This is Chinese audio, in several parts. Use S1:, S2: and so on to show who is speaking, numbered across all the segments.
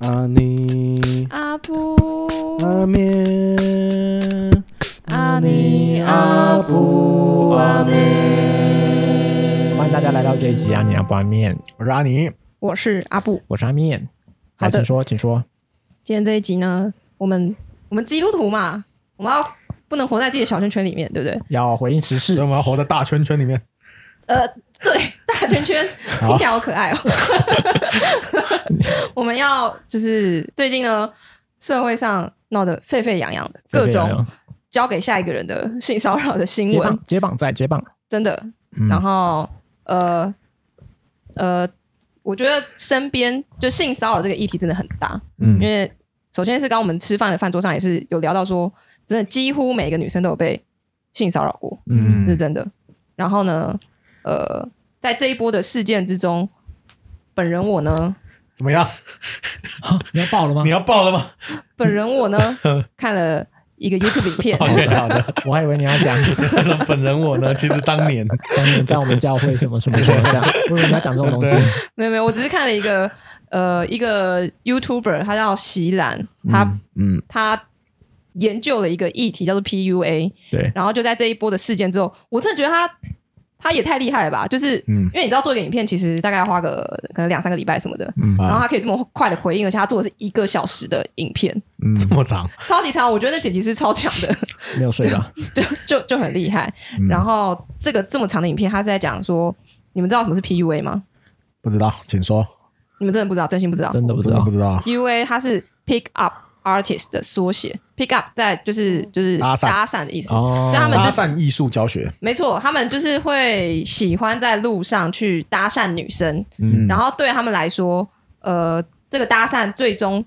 S1: 阿尼
S2: 阿布
S1: 阿面，
S2: 阿尼阿布阿妹，
S3: 欢迎大家来到这一集阿尼阿不阿面，
S1: 我是阿尼，
S2: 我是阿布。
S3: 我是阿面。来，
S2: 好的
S3: 请说，请说。
S2: 今天这一集呢，我们我们基督徒嘛，我们要不能活在自己的小圈圈里面，对不对？
S3: 要回应时
S1: 所以
S3: 事
S1: 我，们要活在大圈圈里面。
S2: 呃，对，大圈圈听起来好可爱 哦。我们要就是最近呢，社会上闹得沸沸扬扬的各种
S3: 啊
S2: 交给下一个人的性骚扰的新
S3: 解
S2: 闻，
S3: 绑，解绑在解绑。
S2: 真的。
S3: 嗯
S2: 然后呃呃，我觉得身边就性骚扰这个议题真的很大，
S3: 嗯
S2: 因为首先是刚刚我们吃饭的饭桌上也是有聊到说，真的几乎每个女生都有被性骚扰过，
S3: 嗯
S2: 是真的。然后呢，呃，在这一波的事件之中，本人我呢，
S1: 怎么样？
S3: 啊你要爆了吗
S1: 你？要爆了吗？
S2: 本人我 呢看了一个 YouTube 影片，
S3: 好的，好的。我还以为你要讲
S1: 本人我呢，其实当 年
S3: 当年在我们教会什么什么什么这样，我以为你要讲这种东西。
S2: 没有没有，我只是看了一个 呃一个 YouTuber，他叫席兰，他
S3: 嗯，
S2: 他研究了一个议题叫做 PUA，
S3: 对，
S2: 然后就在这一波的事件之后，我真的觉得他他也太厉害了吧！就是、
S3: 嗯
S2: 因为你知道做一个影片其实大概要花个可能两三个礼拜什么的，
S3: 嗯
S1: 啊
S2: 然后他可以这么快的回应，而且他做的是一个小时的影片，
S3: 嗯，
S1: 这么长，
S2: 超级长，我觉得那剪辑师超强的，
S3: 没有睡吧？
S2: 就就就很厉害。
S3: 嗯
S2: 然后这个这么长的影片，他是在讲说，你们知道什么是 PUA 吗？
S1: 不知道，请说。
S2: 你们真的不知道，真心不知道。
S3: 真的不知
S1: 真的
S3: 道
S1: 不。知道，
S2: PUA 它是 Pick Up Artist 的缩写，Pick Up 在就是就是
S1: 哦搭讪
S2: 搭讪的意思，
S3: 哦
S2: 所以他们
S1: 搭
S2: 就
S1: 讪艺术教学。
S2: 没错，他们就是会喜欢在路上去搭讪女生，
S1: 嗯
S2: 然后对他们来说，呃，这个搭讪最终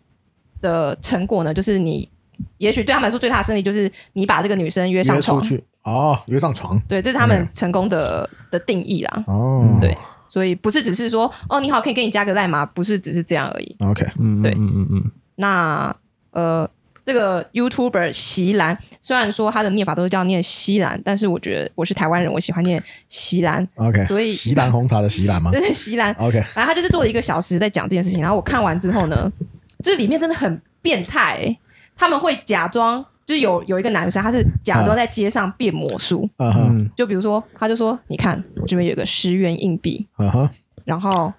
S2: 的成果呢，就是你，也许对他们来说最大的胜利就是你把这个女生约上
S1: 约出
S2: 床，
S1: 去啊哦，约上床
S2: 对，这是他们成功的、的定义啦。
S1: 哦。
S2: 对所以不是只是说哦你好，可以给你加个赖吗？不是只是这样而已。
S1: ，OK，
S3: 嗯，
S2: 对
S3: 嗯嗯嗯
S2: 那呃，这个 YouTuber 席兰，虽然说他的念法都是这样念西兰，但是我觉得我是台湾人，我喜欢念席兰，
S1: OK，
S2: 所以
S1: 席兰红茶的席兰吗
S2: 对对，席兰。
S1: ？OK，
S2: 反正他就是做了一个小时在讲这件事情，然后我看完之后呢，就是里面真的很变态、欸，他们会假装，就是有有一个男生，他是假装在街上变魔术，
S1: 嗯哼，
S3: 嗯
S2: 就比如说，他就说，你看我这边有个十元硬币，
S1: 嗯哼，
S2: 然后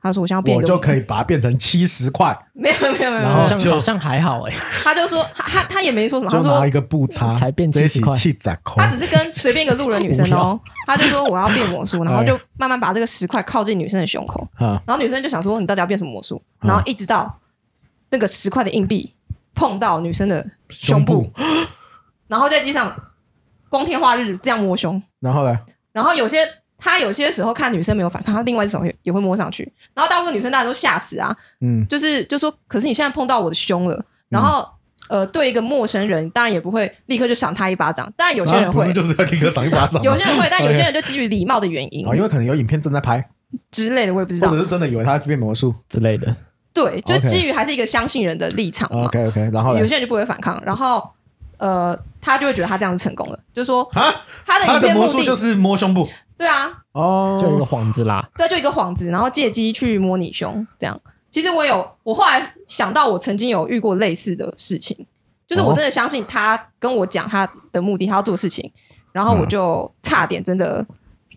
S2: 他说我想要变一
S1: 我
S2: 个，
S1: 就可以把它变成七十块，
S2: 没有没有没有没
S3: 嗯，
S1: 然
S3: 好
S1: 后
S2: 有，
S3: 像
S1: 就
S3: 好像还好哎，
S2: 他就说他他他也没说什么，他
S1: 就拿
S2: 说
S1: 一个布擦，
S3: 才变
S1: 这一
S3: 70块
S1: 起七十
S2: 他
S1: 块
S2: 只。是跟随便一个路人女生 哦，他就说我要变魔术，然后
S1: 哎
S2: 就慢慢把这个石块靠近女生的胸口，
S1: 啊，
S2: 然后女生就想说你到底要变什么魔术？
S1: 嗯
S2: 然后一直到那个十块的硬币碰到女生的胸部，然后在机上光天化日这样摸胸，
S1: 然后呢？
S2: 然后有些他有些时候看女生没有反抗，他另外一只手也也会摸上去，然后大部分女生大家都吓死啊，
S1: 嗯，
S2: 就是就说可是你现在碰到我的胸了，然后。呃，对一个陌生人，当然也不会立刻就赏他一巴掌，当然有些人
S1: 啊
S2: 会，
S1: 不是就是要给个赏一巴掌吗？
S2: 有些人会，但有些人就基于礼貌的原因
S1: 啊，因为可能有影片正在拍，
S2: 之类的，我也不知
S1: 或
S2: 道。
S1: 者是真的以为他变魔术。
S3: 之类的。
S2: 对，就
S1: OK
S2: 基于还是一个相信人的立场嘛。
S1: OK OK，然后呢
S2: 有？些人就不会反抗，然后呃，他就会觉得他这样成功了，就说
S1: 啊，
S2: 他的
S1: 他
S2: 影
S1: 的
S2: 片目
S1: 魔
S2: 的
S1: 术就是摸胸部
S2: 对啊，
S1: 哦，
S3: 就有一个幌子啦，
S2: 对啊，就一个幌子，然后借机去摸你胸这样。其实我有，我后来想到，我曾经有遇过类似的事情，就是我
S1: 哦
S2: 真的相信他跟我讲他的目的，他要做事情，然后我
S1: 嗯
S2: 就差点真的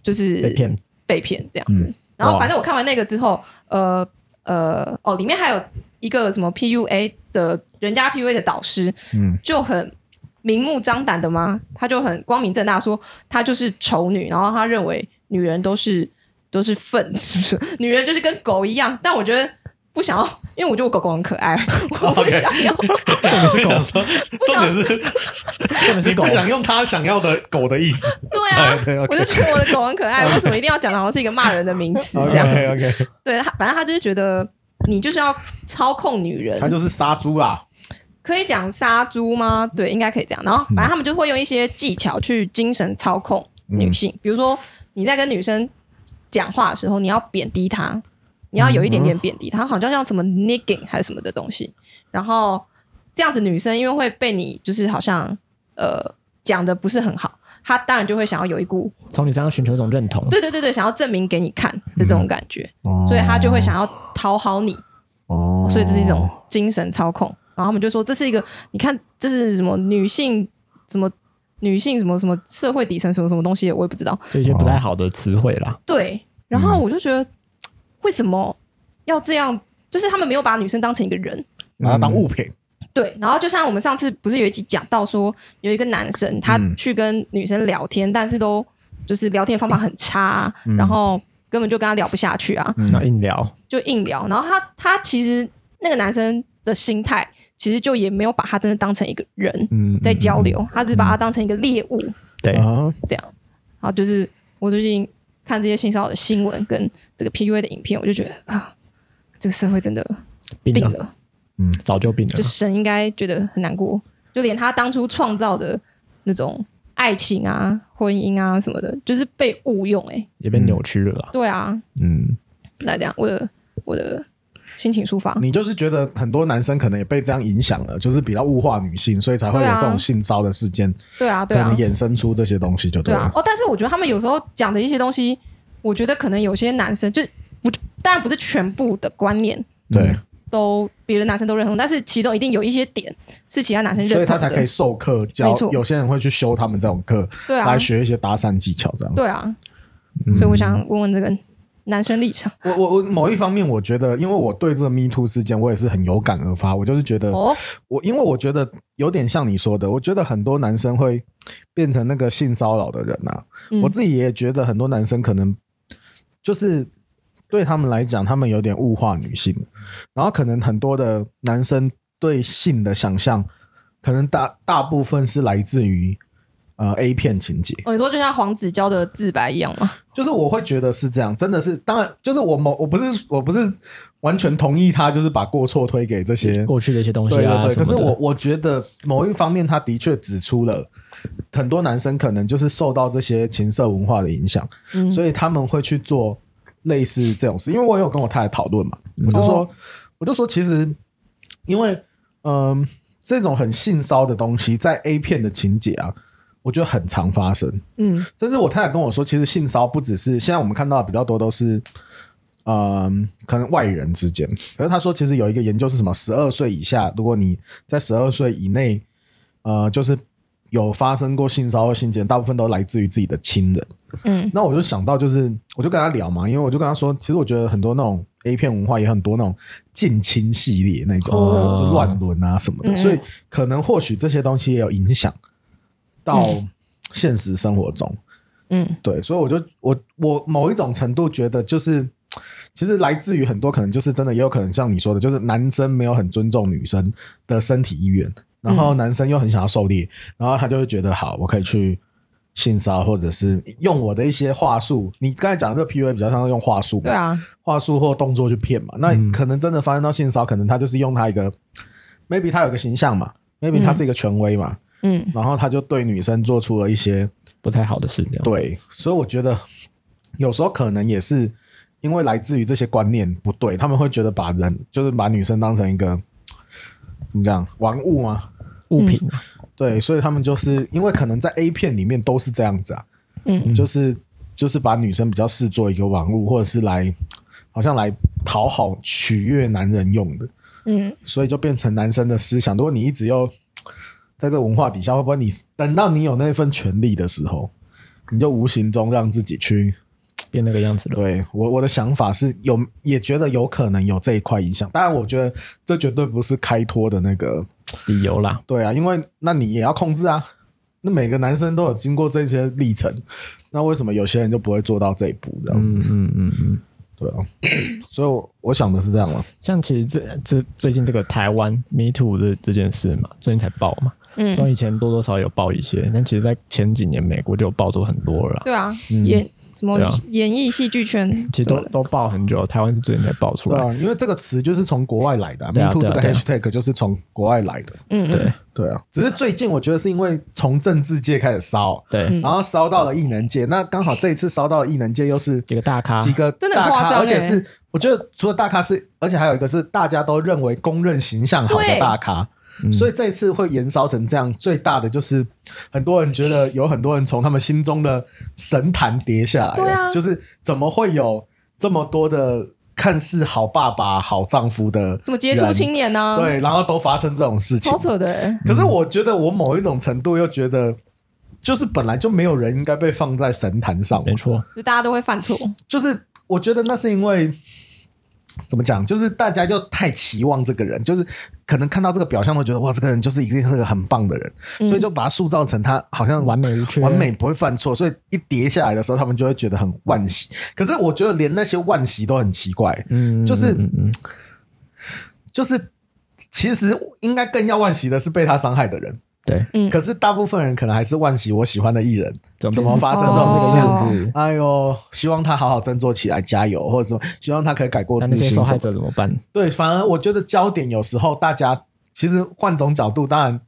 S2: 就是
S3: 被骗。
S2: 被骗这样子。然后
S1: 哇
S2: 反正我看完那个之后，呃呃，哦，里面还有一个什么 PUA 的人家 PUA 的导师，
S1: 嗯，
S2: 就很明目张胆的嘛，他就很光明正大说他就是丑女，然后他认为女人都是都是粪， 是不是？女人就是跟狗一样，但我觉得。不想要，因为我觉得我狗狗很可 爱，我不
S1: OK
S2: 想要。
S1: 我就想说， 重点是
S3: 这个
S1: 你
S3: 是狗
S1: 不，想用他想要的狗的意思。
S2: 对啊
S1: OK，OK
S2: 我就觉得我的狗很可爱，为什么一定要讲的好像是一个骂人的名词 这样？
S1: OK OK，
S2: 对他，反正他就是觉得你就是要操控女人，
S1: 他就是杀猪啦。
S2: 可以讲杀猪吗？对，应该可以这样。然后反正他们就会用一些技巧去精神操控女性，比如说你在跟女生讲话的时候，你要贬低她，你要有一点点贬低她，好像像什么 nigging 还是什么的东西。然后这样子女生因为会被你就是好像呃讲的不是很好，他当然就会想要有一股
S3: 从你身上寻求一种认同。
S2: 对对对对，想要证明给你看的这种感觉，
S1: 哦
S2: 所以他就会想要讨好你，
S1: 哦
S2: 所以这是一种精神操控。然后他们就说这是一个，你看这是什么女性什么女性什么什么社会底层什么什么东西，我也不知道。
S3: 就一些不太好的词汇啦。
S2: 对，然后我就觉得、为什么要这样？就是他们没有把女生当成一个人。
S1: 把它当物品。
S2: 对，然后就像我们上次不是有一集讲到说，有一个男生他去跟女生聊天，但是都就是聊天方法很差啊、然后根本就跟他聊不下去啊。
S1: 嗯
S3: 那硬聊，
S2: 就硬聊。然后他他其实那个男生的心态，其实就也没有把他真的当成一个人
S3: 嗯，
S2: 在交流，他只把他当成一个猎物
S3: 对，
S1: 啊，
S2: 这样。然后就是我最近看这些性骚扰的新闻跟这个 PUA 的影片，我就觉得啊，这个社会真的
S3: 病
S2: 病
S3: 了，
S2: 了，
S3: 嗯，早就病了
S2: 就。神应该觉得很难过，就连他当初创造的那种。爱情啊，婚姻啊什么的，就是被误用哎、欸
S3: 也被扭曲了啦。
S2: 对啊，
S3: 嗯，
S2: 那这样我的我的心情抒发，
S1: 你就是觉得很多男生可能也被这样影响了，就是比较物化女性，所以才会有这
S2: 对啊
S1: 种性骚的事件，
S2: 对啊
S1: 可
S2: 对啊，
S1: 能衍生出这些东西就
S2: 对
S1: 了
S2: 啊，。哦，但是我觉得他们有时候讲的一些东西，我觉得可能有些男生就不，当然不是全部的观念
S1: 对，
S2: 嗯都别的男生都认同，但是其中一定有一些点是其他男生认
S1: 所以
S2: 同的，
S1: 他才可以授课教
S2: 没错，
S1: 有些人会去修他们这种课，
S2: 对啊
S1: 来，学一些搭讪技巧这样。
S2: 对啊，所以我想问问这个男生立场
S1: 我我我某一方面，我觉得，因为我对这个 Me Too 事件，我也是很有感而发。我就是觉得，
S2: 哦，
S1: 我因为我觉得有点像你说的，我觉得很多男生会变成那个性骚扰的人啊。
S2: 嗯
S1: 我自己也觉得很多男生可能就是对他们来讲，他们有点物化女性，然后可能很多的男生对性的想象，可能大大部分是来自于呃 A 片情节。
S2: 哦，你说就像黄子佼的自白一样吗？
S1: 就是我会觉得是这样，真的是，当然就是我某我不是我不是完全同意他，就是把过错推给这些
S3: 过去的一些东西
S1: 对
S3: 啊
S1: 嗯对对。
S3: 什
S1: 可是
S3: 么
S1: 我
S3: 的，
S1: 我觉得某一方面，他的确指出了很多男生可能就是受到这些情色文化的影响，所以他们会去做类似这种事。因为我有跟我太太讨论嘛，我就说、
S2: 哦
S1: 我就说其实因为嗯、这种很性骚的东西，在 A 片的情节啊，我觉得很常发生。
S2: 嗯，
S1: 甚至我太太跟我说，其实性骚不只是现在我们看到的比较多都是，嗯、可能外人之间。可是她说，其实有一个研究是什么，十二岁以下，如果你在十二岁以内，呃，就是有发生过性骚扰性侵，大部分都来自于自己的亲人。
S2: 嗯，
S1: 那我就想到，就是我就跟她聊嘛，因为我就跟她说，其实我觉得很多那种 A 片文化也很多那种近亲系列那种，
S3: 哦
S1: 就乱伦啊什么的，所以可能或许这些东西也有影响到现实生活中。
S2: 嗯，
S1: 对，所以我就我我某一种程度觉得，就是其实来自于很多可能就是真的，也有可能像你说的，就是男生没有很尊重女生的身体意愿，
S2: 嗯
S1: 然后男生又很想要狩猎，然后他就会觉得好，我可以去性骚扰，或者是用我的一些话术。你刚才讲的这个 PUA 比较像是用话术嘛，
S2: 对啊，嗯
S1: 话术或动作去骗嘛。那可能真的发生到性骚扰，可能他就是用他一个，maybe 他有个形象嘛，maybe 他是一个权威嘛，
S2: 嗯，
S1: 然后他就对女生做出了一些。
S3: 不太好的事情。
S1: 对，所以我觉得有时候可能也是因为来自于这些观念不对，他们会觉得把人就是把女生当成一个怎么讲玩物吗？
S3: 物品
S1: 嗯
S3: 啊，
S1: 对，所以他们就是因为可能在 A 片里面都是这样子啊，
S2: 嗯，
S1: 就是就是把女生比较视作一个玩物，或者是来好像来讨好取悦男人用的，
S2: 嗯，
S1: 所以就变成男生的思想。如果你一直又在这个文化底下，会不会你等到你有那份权利的时候，你就无形中让自己去
S3: 变那个样子了。
S1: 对我我的想法是有，也觉得有可能有这一块影响。当然，我觉得这绝对不是开脱的那个，
S3: 理由啦，
S1: 对啊，因为那你也要控制啊。那每个男生都有经过这些历程，那为什么有些人就不会做到这一步？这样子，
S3: 嗯嗯嗯。
S1: 对啊。所以我，我想的是这样嘛，
S3: 像其实这这最近这个台湾 Me Too 这这件事嘛，最近才爆嘛。
S2: 嗯
S3: 从以前多多少少有爆一些，但其实，在前几年美国就有爆出很多了啦。
S2: 对啊，
S1: 嗯
S2: 演什么
S3: 对啊
S2: 演艺戏剧圈
S3: 其实
S2: 什么
S3: 都
S2: 的，
S3: 都爆很久，台湾是最近才爆出
S1: 对
S3: 来。
S1: 啊，因为这个词就是从国外来的、啊
S3: 对啊
S1: m e Too
S3: 对
S1: 这
S3: 啊
S1: 个
S3: 对啊
S1: hashtag 就是从国外来的，
S2: 嗯，
S3: 对
S1: 对啊。只是最近我觉得是因为从政治界开始烧，
S3: 对，
S1: 然后烧到了艺能界，那刚好这一次烧到了艺能界又是
S3: 几个大咖，
S1: 几个
S2: 真的
S1: 大
S2: 很夸
S1: 咖
S2: 张
S1: 而且
S2: 欸
S1: 是我觉得除了大咖是，而且还有一个是大家都认为公认形象好的
S2: 对
S1: 大咖，所以这一次会延烧成这样，最大的就是很多人觉得有很多人从他们心中的神坛跌下来了，
S2: 对啊
S1: 就是怎么会有这么多的看似好爸爸、好丈夫的
S2: 怎么接触
S1: 人
S2: 青年呢、
S1: 对，然后都发生这种事情
S2: 超，扯的、欸，
S1: 可是我觉得我某一种程度又觉得，就是本来就没有人应该被放在神坛上嘛，
S3: 没错，
S2: 就大家都会犯错。
S1: 就是我觉得那是因为怎么讲，就是大家就太期望这个人，就是可能看到这个表象都觉得哇，这个人就是一定是个很棒的人，所以就把他塑造成他好像
S3: 嗯完美无缺
S1: 完美不会犯错，所以一跌下来的时候，他们就会觉得很惋惜。可是我觉得连那些惋惜都很奇怪，
S3: 嗯，
S1: 就是
S3: 嗯嗯
S1: 就是其实应该更要惋惜的是被他伤害的人。
S3: 对，
S2: 嗯
S1: 可是大部分人可能还是惋惜我喜欢的艺人
S3: 怎
S1: 怎
S3: 么
S1: 么发生这
S2: 变
S1: 种
S2: 成这
S1: 事情
S2: 个
S3: 样
S2: 样
S3: 子？
S1: 哎呦，希望他好好振作起来，加油，或者什么，希望他可以改过
S3: 那
S1: 自
S3: 那些受
S1: 新。
S3: 害者怎么 办？
S1: 对，反而我觉得焦点有时候大家其实换种角度，当然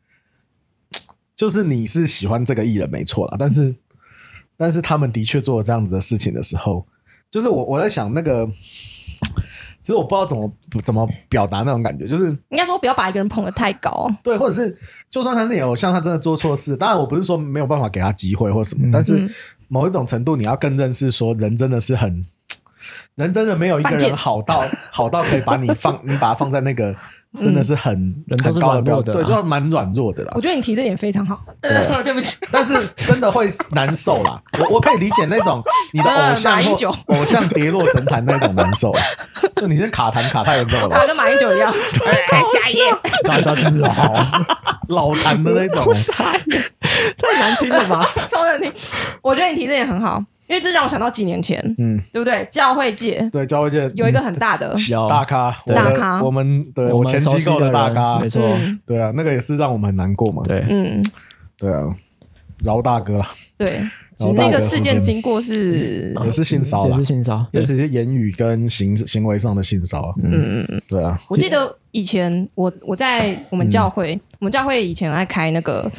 S1: 就是你是喜欢这个艺人没错啦，但是但是他们的确做了这样子的事情的时候，就是我我在想那个，其实我不知道怎么怎么表达那种感觉，就是
S2: 应该说不要把一个人捧得太高，
S1: 对，或者是就算他是你的偶像，他真的做错事，当然我不是说没有办法给他机会或什么，但
S2: 嗯
S1: 是某一种程度你要更认识说人真的是很，人真的没有一个
S2: 犯
S1: 人
S2: 贱嗯
S1: 好到 好到可以把你 放你把他放在那个真的是很、
S3: 人都
S1: 很
S3: 是
S1: 高的
S3: 软弱
S1: 标
S3: 的
S1: 准，对，
S3: 啦
S1: 就蛮软弱的啦
S2: 我。觉得你提这点非常好。 对不 起，
S1: 但是真的会难 受啦，我我可以理解那种你的偶像
S2: 马英
S1: 或
S2: 九
S1: 偶像跌落神坛那种难 受，就你先卡痰卡太严重了吧
S2: 他，跟马英九一样。下一页，
S3: 大家 老
S1: 老痰的那种。
S3: 太难听了吧？
S2: 超难听。我觉得你提这点很好，因为这让我想到几年前，嗯，对不对？教会界
S1: 对，教会界
S2: 有一个很大的，
S3: 有
S1: 大咖，我
S3: 对
S1: 的
S2: 大咖
S1: 我们 对
S3: 我
S1: 我
S3: 们
S1: 前
S3: 熟
S1: 机
S3: 悉
S1: 构
S3: 的
S1: 的大
S3: 人
S1: 咖
S3: 没，错，
S2: 嗯
S1: 对啊，那个也是让我们很难过嘛，
S3: 对，
S2: 嗯，
S1: 对啊，饶大哥啦，
S2: 对。
S1: 然后
S2: 那
S1: 大家
S2: 个
S1: 的
S2: 事
S1: 空
S2: 件
S1: 间嗯
S2: 经过是，
S1: 也是性骚
S3: 哦也
S1: 扰
S3: 是，性骚
S1: 也是一些言语跟行行为上的性骚扰，
S2: 嗯，
S1: 对啊，
S2: 我记得以前我我在我
S1: 嗯
S2: 们教会，我们教会以前爱开那个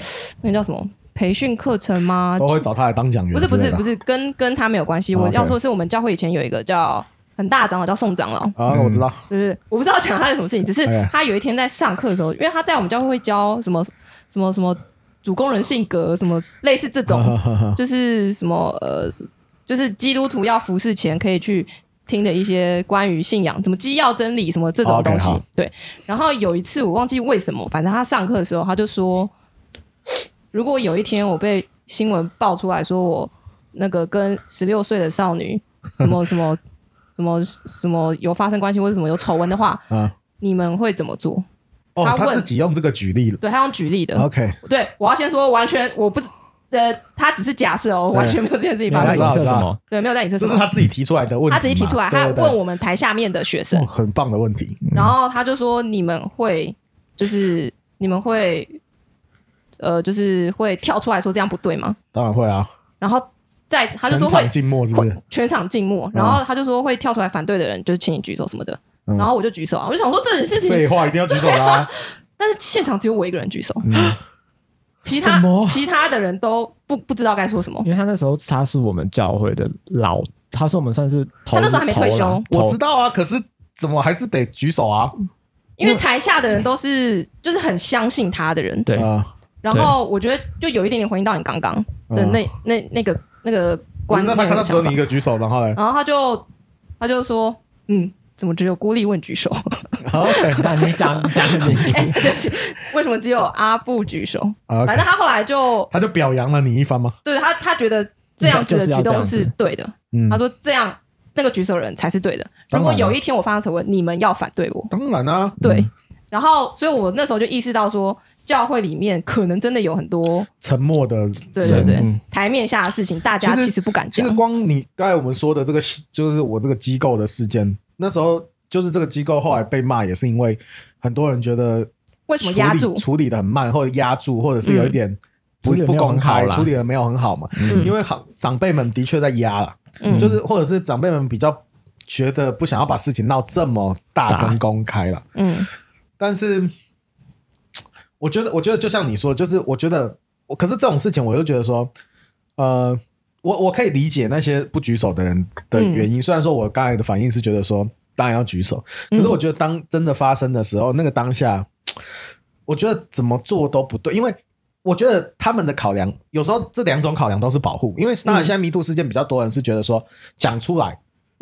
S2: 那叫什么培训课程吗？
S1: 都会找哦他来当讲员，
S2: 不是不是不，是，跟跟他没有关系。
S1: 哦
S2: 我
S1: OK
S2: 要说是我们教会以前有一个叫很大的长老叫宋长老，
S1: 啊，
S3: 嗯
S1: 我知道，
S2: 就是我不知道讲他是什么事情，只是
S1: OK
S2: 他有一天在上课的时候，因为他在我们教会会教什么什么什么主攻人性格，什么类似这种，就是什么呃，就是基督徒要服侍前可以去听的一些关于信仰，什么基要真理什么这种
S1: OK，
S2: 东西。
S1: 好
S2: 对，然后有一次我忘记为什么，反正他上课的时候他就说，如果有一天我被新闻爆出来说我那个跟十六岁的少女什 么什么什么什么有发生关系或者什么有丑闻的话，
S1: 啊，
S2: 你们会怎么做？
S1: 哦，
S2: 他
S1: 他
S2: 问
S1: 自己用这个举例了
S2: 对他用举例的，
S1: ，OK，
S2: 对我要先说完全我不呃，他只是假设哦，完全没有这件事情发
S1: 对
S3: 扰，
S1: 啊我
S3: 影射
S2: 生，
S1: 知道我知
S3: 什
S1: 道
S3: 么？
S2: 对，没有在影射
S1: 这
S2: 什么。
S1: 是他自己提出来的问题嘛，
S2: 他自己提出来，他
S1: 对对对
S2: 问我们台下面的学生
S1: 哦，，很棒的问题，
S2: 然后他就说你们会就是你们会呃就是会跳出来说这样不对吗？
S1: 当然会啊，
S2: 然后再他就
S1: 全
S2: 说会
S1: 场静默嗯是不是？
S2: 全场静默，然后他就说会跳出来反对的人就是请你举手什么的，
S1: 嗯
S2: 然后我就举手啊，我就想说这件事情，
S1: 废话，一定要举手啊 啦，
S2: 但是现场只有我一个人举手，
S1: 嗯
S2: 其他
S3: 什么
S2: 其他的人都不不知道该说什么
S3: 因。为他那时候他是我们教会的老，他是我们算是头
S2: 他那时候还没退休
S3: 头啦
S1: 我
S3: 头
S1: 知 道啊，可是怎么还是得举手啊？
S2: 因为台下的人都是就是很相信他的人，
S3: 对
S1: 啊，
S2: 然后我觉得就有一点点回应到你刚刚的
S1: 嗯
S2: 那、那那个那个
S1: 不是
S2: 观
S1: 那
S2: 念
S1: 他看
S2: 的
S1: 到只有
S2: 想法
S1: 你一，个举手，然后 嘞，
S2: 然后他就他就说，嗯，怎么只有孤立问 举手？
S1: OK
S3: 那 你讲你讲的名字
S2: 哎、 对不起，为什么只有阿布举手？反
S1: OK，
S2: 正他后来就
S1: 他就表扬了你一番吗？
S2: 对他他觉得这样子的举动是对的，
S1: 嗯
S2: 他，说这样那个举手人才是对的。
S1: 当然
S2: 如果
S1: 了
S2: 有一天我发生丑闻，你们要反对我，
S1: 当然啊，
S2: 对。然后，所以我那时候就意识到说，教会里面可能真的有很多
S1: 沉默的
S2: 对对
S1: 人
S2: 对、
S3: 嗯
S2: 台面下的事情，大家
S1: 其实
S2: 其实不敢
S1: 其
S2: 讲
S1: 实。光你刚才我们说的这个，就是我这个机构的事件，那时候就是这个机构后来被骂，也是因为很多人觉得
S2: 为什么压
S1: 处
S2: 住嗯
S1: 理？处理的很慢，或者压住，或者是有一点不、
S3: 处理得
S1: 不
S3: 没有
S1: 公
S3: 很好
S1: 开，
S3: 啦嗯
S1: 处理的没有很好嘛。因为好长辈们的确在压了，
S2: 嗯
S1: 就是或者是长辈们比较觉得不想要把事情闹这么大
S3: 大
S1: 跟公开了。
S2: 嗯，
S1: 但是我觉得，我觉得就像你说，就是我觉得我，可是这种事情，我就觉得说，呃，我我可以理解那些不举手的人的原因。虽然说我刚才的反应是觉得说，当然要举手，可是我觉得当真的发生的时候，那个当下。我觉得怎么做都不对，因为我觉得他们的考量有时候这两种考量都是保护，因为当然现在迷途事件比较多人是觉得说讲出来，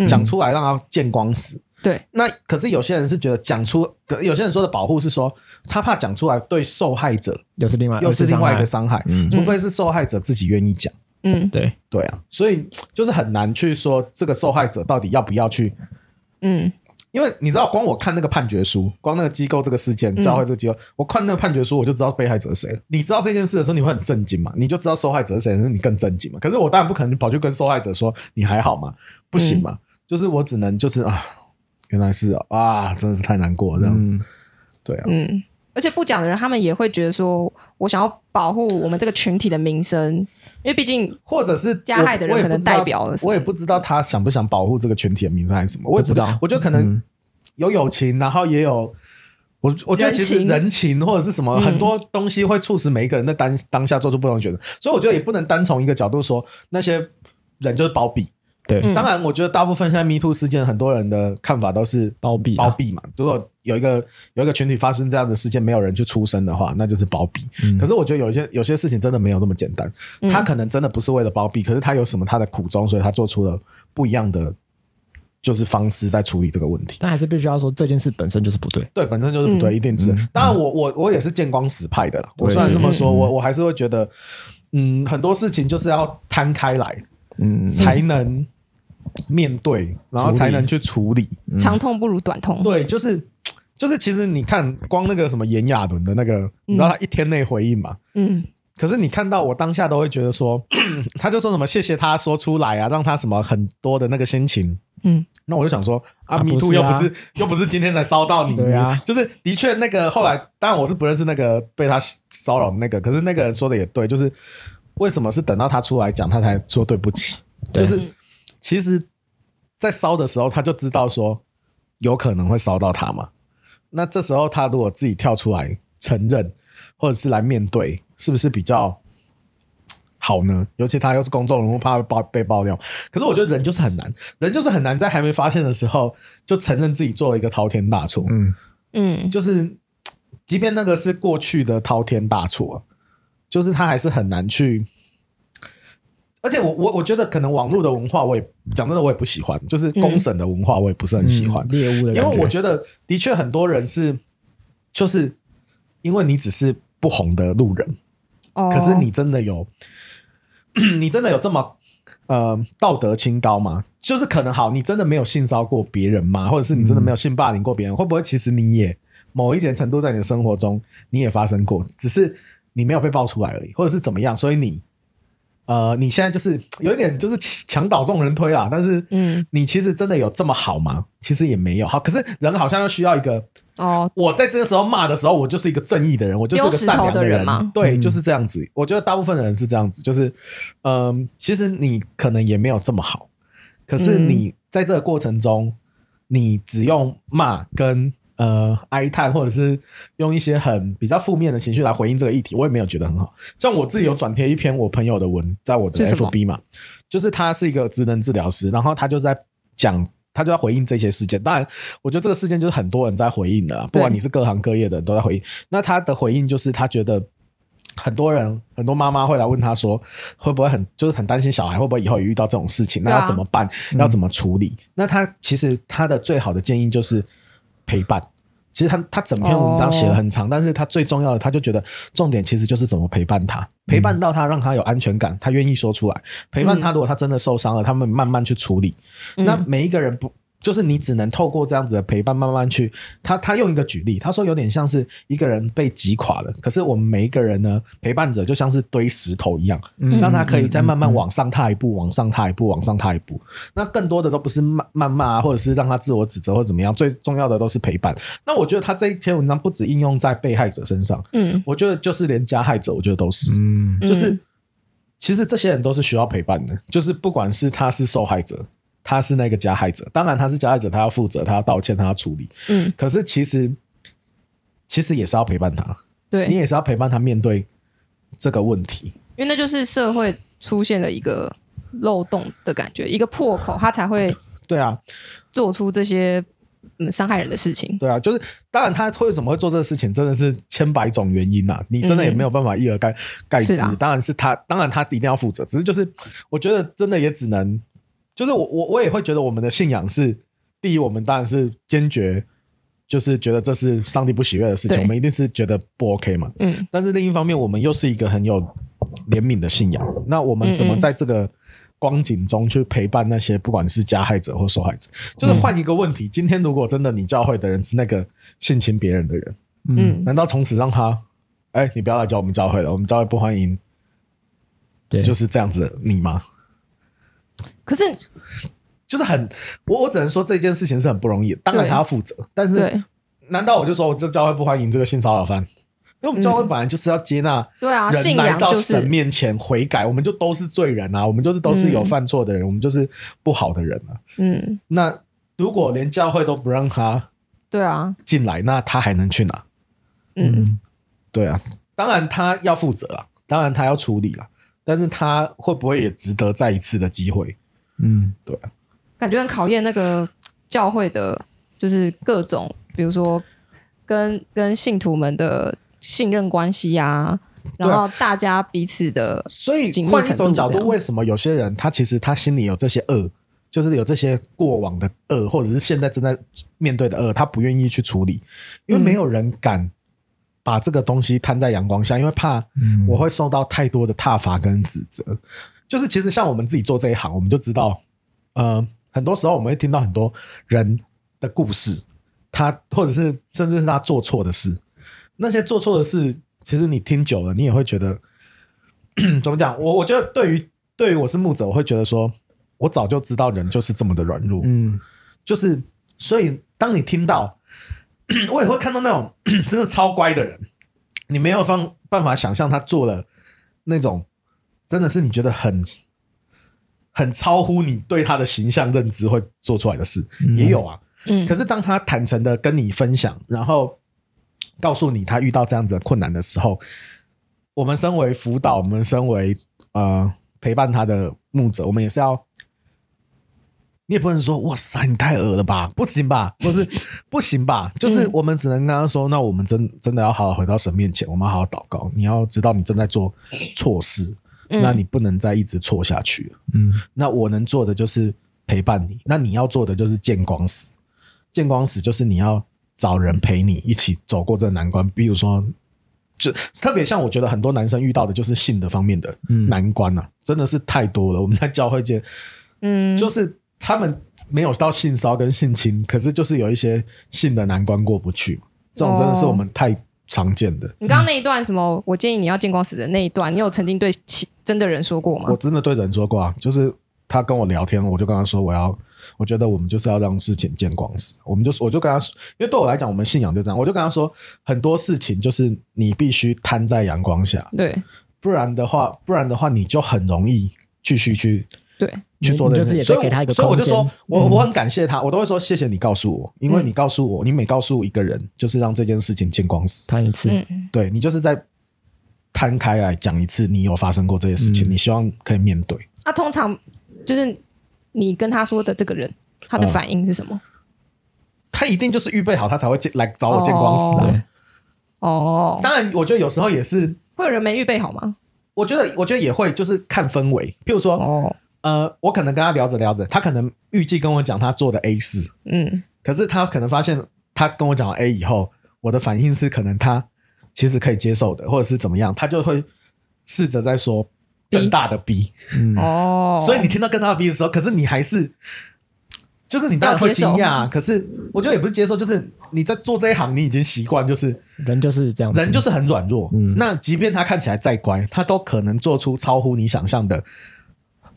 S1: 讲出来让他见光死。
S2: 对，
S1: 那可是有些人是觉得讲出，可有些人说的保护是说他怕讲出来对受害者
S3: 又是另外
S1: 又是另外一个
S3: 二次
S1: 啊伤害，
S3: 嗯
S1: 除非是受害者自己愿意讲。
S2: 嗯
S3: 对，
S1: 对啊，所以就是很难去说这个受害者到底要不要去
S2: 嗯
S1: 因为你知道，光我看那个判决书，光那个机构这个事件，教会这个机构，我看那个判决书，我就知道被害者是谁了。你知道这件事的时候，你会很震惊嘛？你就知道受害者是谁，可是你更震惊嘛？可是我当然不可能跑去跟受害者说你还好吗？不行嘛？就是我只能就是啊，原来是哦啊，真的是太难过了这样子。对啊，
S2: 嗯，而且不讲的人，他们也会觉得说，我想要保护我们这个群体的名声，因为毕竟
S1: 或者是
S2: 加害的人
S1: 我我也
S2: 可能
S1: 不知道
S2: 代表了什么
S1: 我也不知道他想不想保护这个群体的名声还是什么，我也不
S3: 不知道嗯
S1: 我觉得可能有友情，然后也有我，我觉得其实
S2: 人情嗯
S1: 人情或者是什么很多东西会促使每一个人在当当下做出不同的选择，所以我觉得也不能单从一个角度说那些人就是包庇。
S2: 嗯
S3: 对
S1: 当然，我觉得大部分现在 Me Too 事件，很多人的看法都是
S3: 包庇啊
S1: 包庇嘛。如果有一个有一个群体发生这样的事件，没有人去出声的话，那就是包庇。可是我觉得有一些有些事情真的没有那么简单，他可能真的不是为了包庇，可是他有什么他的苦衷，所以他做出了不一样的就是方式在处理这个问题。
S3: 但还是必须要说这件事本身就是不对。
S1: 对，反正就是
S2: 嗯
S1: 不对，一定
S3: 嗯
S1: 是。当然我，我我也是见光死派的啦。我虽然这么说，我我还是会觉得，嗯，很多事情就是要摊开来，
S3: 嗯，
S1: 才能面对，然后才能去处理。
S2: 长痛不如短痛。
S1: 对，就是就是，其实你看，光那个什么炎亚纶的那个，你知道他一天内回应嘛？
S2: 嗯，
S1: 可是你看到我当下都会觉得说， 他就说什么谢谢他说出来啊，让他什么很多的那个心情。
S2: 嗯，
S1: 那我就想说啊，
S3: 啊
S1: 迷
S3: 不
S1: 途
S3: 是
S1: 又不
S3: 啊
S1: 是、又不是今天才烧到你，
S3: 对啊
S1: 你就是的确那个后来，当然我是不认识那个被他骚扰的那个，可是那个人说的也对，就是为什么是等到他出来讲，他才说对不起？
S3: 对
S1: 就是其实，在烧的时候他就知道说有可能会烧到他嘛，那这时候他如果自己跳出来承认，或者是来面对，是不是比较好呢？尤其他又是公众人物，怕被爆被爆料。可是我觉得人就是很难，人就是很难在还没发现的时候就承认自己做了一个滔天大错。
S3: 嗯，
S2: 嗯，
S1: 就是即便那个是过去的滔天大错，就是他还是很难去。而且我我我觉得可能网络的文化，我也讲真的，我也不喜欢，就是公审的文化，我也不是很喜欢。
S3: 猎嗯物的感
S1: 嗯因为我
S3: 觉
S1: 觉得的确很多人是，就是因为你只是不红的路人，
S2: 哦，
S1: 可是你真的有， 你真的有这么呃道德清高吗？就是可能好，你真的没有性骚过别人吗？或者是你真的没有性霸凌过别人？会不会其实你也某一点程度在你的生活中你也发生过，只是你没有被爆出来而已，或者是怎么样？所以你呃，你现在就是有一点就是墙倒众人推啦，但是
S2: 嗯，
S1: 你其实真的有这么好吗？其实也没有好，可是人好像又需要一个
S2: 哦，
S1: 我在这个时候骂的时候，我就是一个正义的人，我就是一个善
S2: 丢
S1: 良
S2: 石头的
S1: 人
S2: 人嘛
S1: 对，就是这样子。我觉得大部分的人是这样子，就是，嗯、其实你可能也没有这么好，可是
S2: 嗯
S1: 你在这个过程中，你只用骂跟呃哀叹，或者是用一些很比较负面的情绪来回应这个议题，我也没有觉得很好。像我自己有转贴一篇我朋友的文，在我的
S2: 是什么
S1: FB 嘛，就是他是一个职能治疗师，然后他就在讲，他就在回应这些事件。当然，我觉得这个事件就是很多人在回应的啦，啊不管
S2: 对
S1: 你是各行各业的人都在回应。那他的回应就是他觉得。很多人，很多妈妈会来问他说，会不会很就是很担心小孩会不会以后也遇到这种事情，那
S2: 对啊嗯
S1: 要怎么办？要怎么处理？那他其实他的最好的建议就是陪伴。其实他他整篇文章写了很长，但是他最重要的，他就觉得重点其实就是怎么陪伴他，陪伴到他让他有安全感，他愿意说出来，陪伴他。如果他真的受伤了，他们慢慢去处理。那每一个人不。就是你只能透过这样子的陪伴，慢慢去。他他用一个举例，他说有点像是一个人被击垮了，可是我们每一个人呢，陪伴者就像是堆石头一样，让他可以再慢慢往上踏一步，往上踏一步，往上踏一步。那更多的都不是谩谩骂啊，或者是让他自我指责或怎么样，最重要的都是陪伴。那我觉得他这一篇文章不止应用在被害者身上，
S2: 嗯
S1: 我觉得就是连加害者，我觉得都是，
S3: 嗯，
S1: 就是其实这些人都是需要陪伴的，就是不管是他是受害者，他是那个加害者，当然他是加害者，他要负责，他要道歉，他要处理。
S2: 嗯，
S1: 可是其实其实也是要陪伴他，
S2: 对，
S1: 你
S2: 因
S1: 也是要陪伴他面对这个问题。
S2: 为那就是社会出现了一个漏洞的感觉，一个破口，他才会
S1: 对啊，
S2: 做出这些嗯伤害人的事情。
S1: 对啊，就是当然他为什么会做这个事情，真的是千百种原因呐、你真的也没有办法一而盖盖之
S2: 是。啊
S1: 当然是他，当然他一定要负责。只是就是，我觉得真的也只能，就是我我我也会觉得我们的信仰是第一，我们当然是坚决，就是觉得这是上帝不喜悦的事情，
S2: 对
S1: 我们一定是觉得不 OK 嘛。
S2: 嗯，
S1: 但是另一方面，我们又是一个很有怜悯的信仰。那我们
S2: 嗯
S1: 怎么在这个光景中去陪伴那些不管是加害者或受害者？就是换一个问题，今天如果真的你教会的人是那个性侵别人的人，
S2: 嗯，
S1: 难道从此让他，哎，你不要来教我们教会了，我们教会不欢迎
S3: 对，
S1: 就是是这样子的你吗？
S2: 可是
S1: 就是很，我我只能说这件事情是很不容易的，当然
S2: 对
S1: 他要负责，但是
S2: 对
S1: 难道我就说我这教会不欢迎这个性骚扰犯？因为我们教会本来就是要接纳
S2: 对啊，
S1: 人
S2: 信
S1: 来
S2: 仰
S1: 到
S2: 就是
S1: 神面前悔改，我们就都是罪人啊，我们就是都是有犯错的人，我们就是不好的人啊。
S2: 嗯，
S1: 那如果连教会都不让他
S2: 对啊，
S1: 进来，那他还能去哪？
S2: 嗯，
S1: 对啊，当然他要负责啊，当然他要处理了，但是他会不会也值得再一次的机会？
S3: 嗯，
S1: 对啊，
S2: 感觉很考验那个教会的，就是各种，比如说跟跟信徒们的信任关系啊，
S1: 对啊
S2: 然后大家彼此的，
S1: 所以
S2: 紧密
S1: 换一
S2: 程
S1: 种
S2: 度
S1: 角
S2: 这
S1: 度，
S2: 样
S1: 为什么有些人他其实他心里有这些恶，就是有这些过往的恶，或者是现在正在面对的恶，他不愿意去处理，因为没有人敢把这个东西摊在阳光下，因为怕
S2: 嗯
S1: 我会受到太多的挞伐跟指责。就是其实像我们自己做这一行，我们就知道，呃，很多时候我们会听到很多人的故事，他或者是甚至是他做错的事，那些做错的事，其实你听久了，你也会觉得 怎么讲？我我觉得对于对于我是牧者，我会觉得说，我早就知道人就是这么的软弱，
S3: 嗯，
S1: 就是所以当你听到， 我也会看到那种 真的超乖的人，你没有方办法想象他做了那种真的是你觉得很很超乎你对他的形象认知会做出来的事，也有啊。
S2: 嗯
S1: 可是当他坦诚的跟你分享，然后告诉你他遇到这样子的困难的时候，我们身为辅导，我们身为呃陪伴他的牧者，我们也是要，你也不能说哇塞你太恶了吧，不行吧，或是不行吧，就是我们只能跟他说，那我们真真的要好好回到神面前，我们要好好祷告，你要知道你正在做错事，那你不能再一直错下去了。
S3: 嗯，
S1: 那我能做的就是陪伴你，那你要做的就是见光死。见光死就是你要找人陪你一起走过这难关，比如说。就特别像我觉得很多男生遇到的就是性的方面的难关啊，真的是太多了。我们在教会界，
S2: 嗯，
S1: 就是他们没有到性骚跟性侵，可是就是有一些性的难关过不去嘛，这种真的是我们太常见的。
S2: 你刚刚那一段什么？我建议你要见光死的那一段，你有曾经对其真的人说过吗
S1: 我？真的对人说过啊，就是他跟我聊天，我就跟他说我要，我觉得我们就是要让事情见光死。我们就我就跟他说，因为对我来讲，我们信仰就这样，我就跟他说，很多事情就是你必须摊在阳光下，
S2: 对
S1: 不然的话，不然的话你就很容易继续去
S2: 对，
S1: 去做这件事
S3: 你就是也
S1: 情，所以
S3: 得
S1: 我
S3: 给他一个
S1: 所以我就
S3: 空间嗯
S1: 说我我很感谢他，我都会说谢谢你告诉我，因为你告诉我，你每告诉一个人，就是让这件事情见光死。
S3: 谈一次，
S2: 嗯，
S1: 对你就是在摊开来讲一次，你有发生过这些事
S3: 嗯
S1: 情，你希望可以面对。
S2: 那、通常就是你跟他说的这个人，他的反应是什么？
S1: 他一定就是预备好，他才会见来找我见光死啊。
S3: 对，
S2: 哦，
S1: 当然，我觉得有时候也是，
S2: 会有人没预备好吗？
S1: 我觉得我觉得也会就是看氛围。譬如说，
S2: 哦，
S1: 呃，我可能跟他聊着聊着，他可能预计跟我讲他做的 A 事，
S2: 嗯，
S1: 可是他可能发现他跟我讲完 A 以后，我的反应是可能他其实可以接受的，或者是怎么样，他就会试着在说更大的 B。
S2: 哦，
S1: 嗯所以你听到更大的 B 的时候，可是你还是。就是你当然会惊讶
S2: 哦
S1: 啊，可是我觉得也不是接受，就是你在做这一行，你已经习惯，就是
S3: 人就是这样子，
S1: 人就是很软弱。
S3: 嗯
S1: 那即便他看起来再乖，他都可能做出超乎你想象的。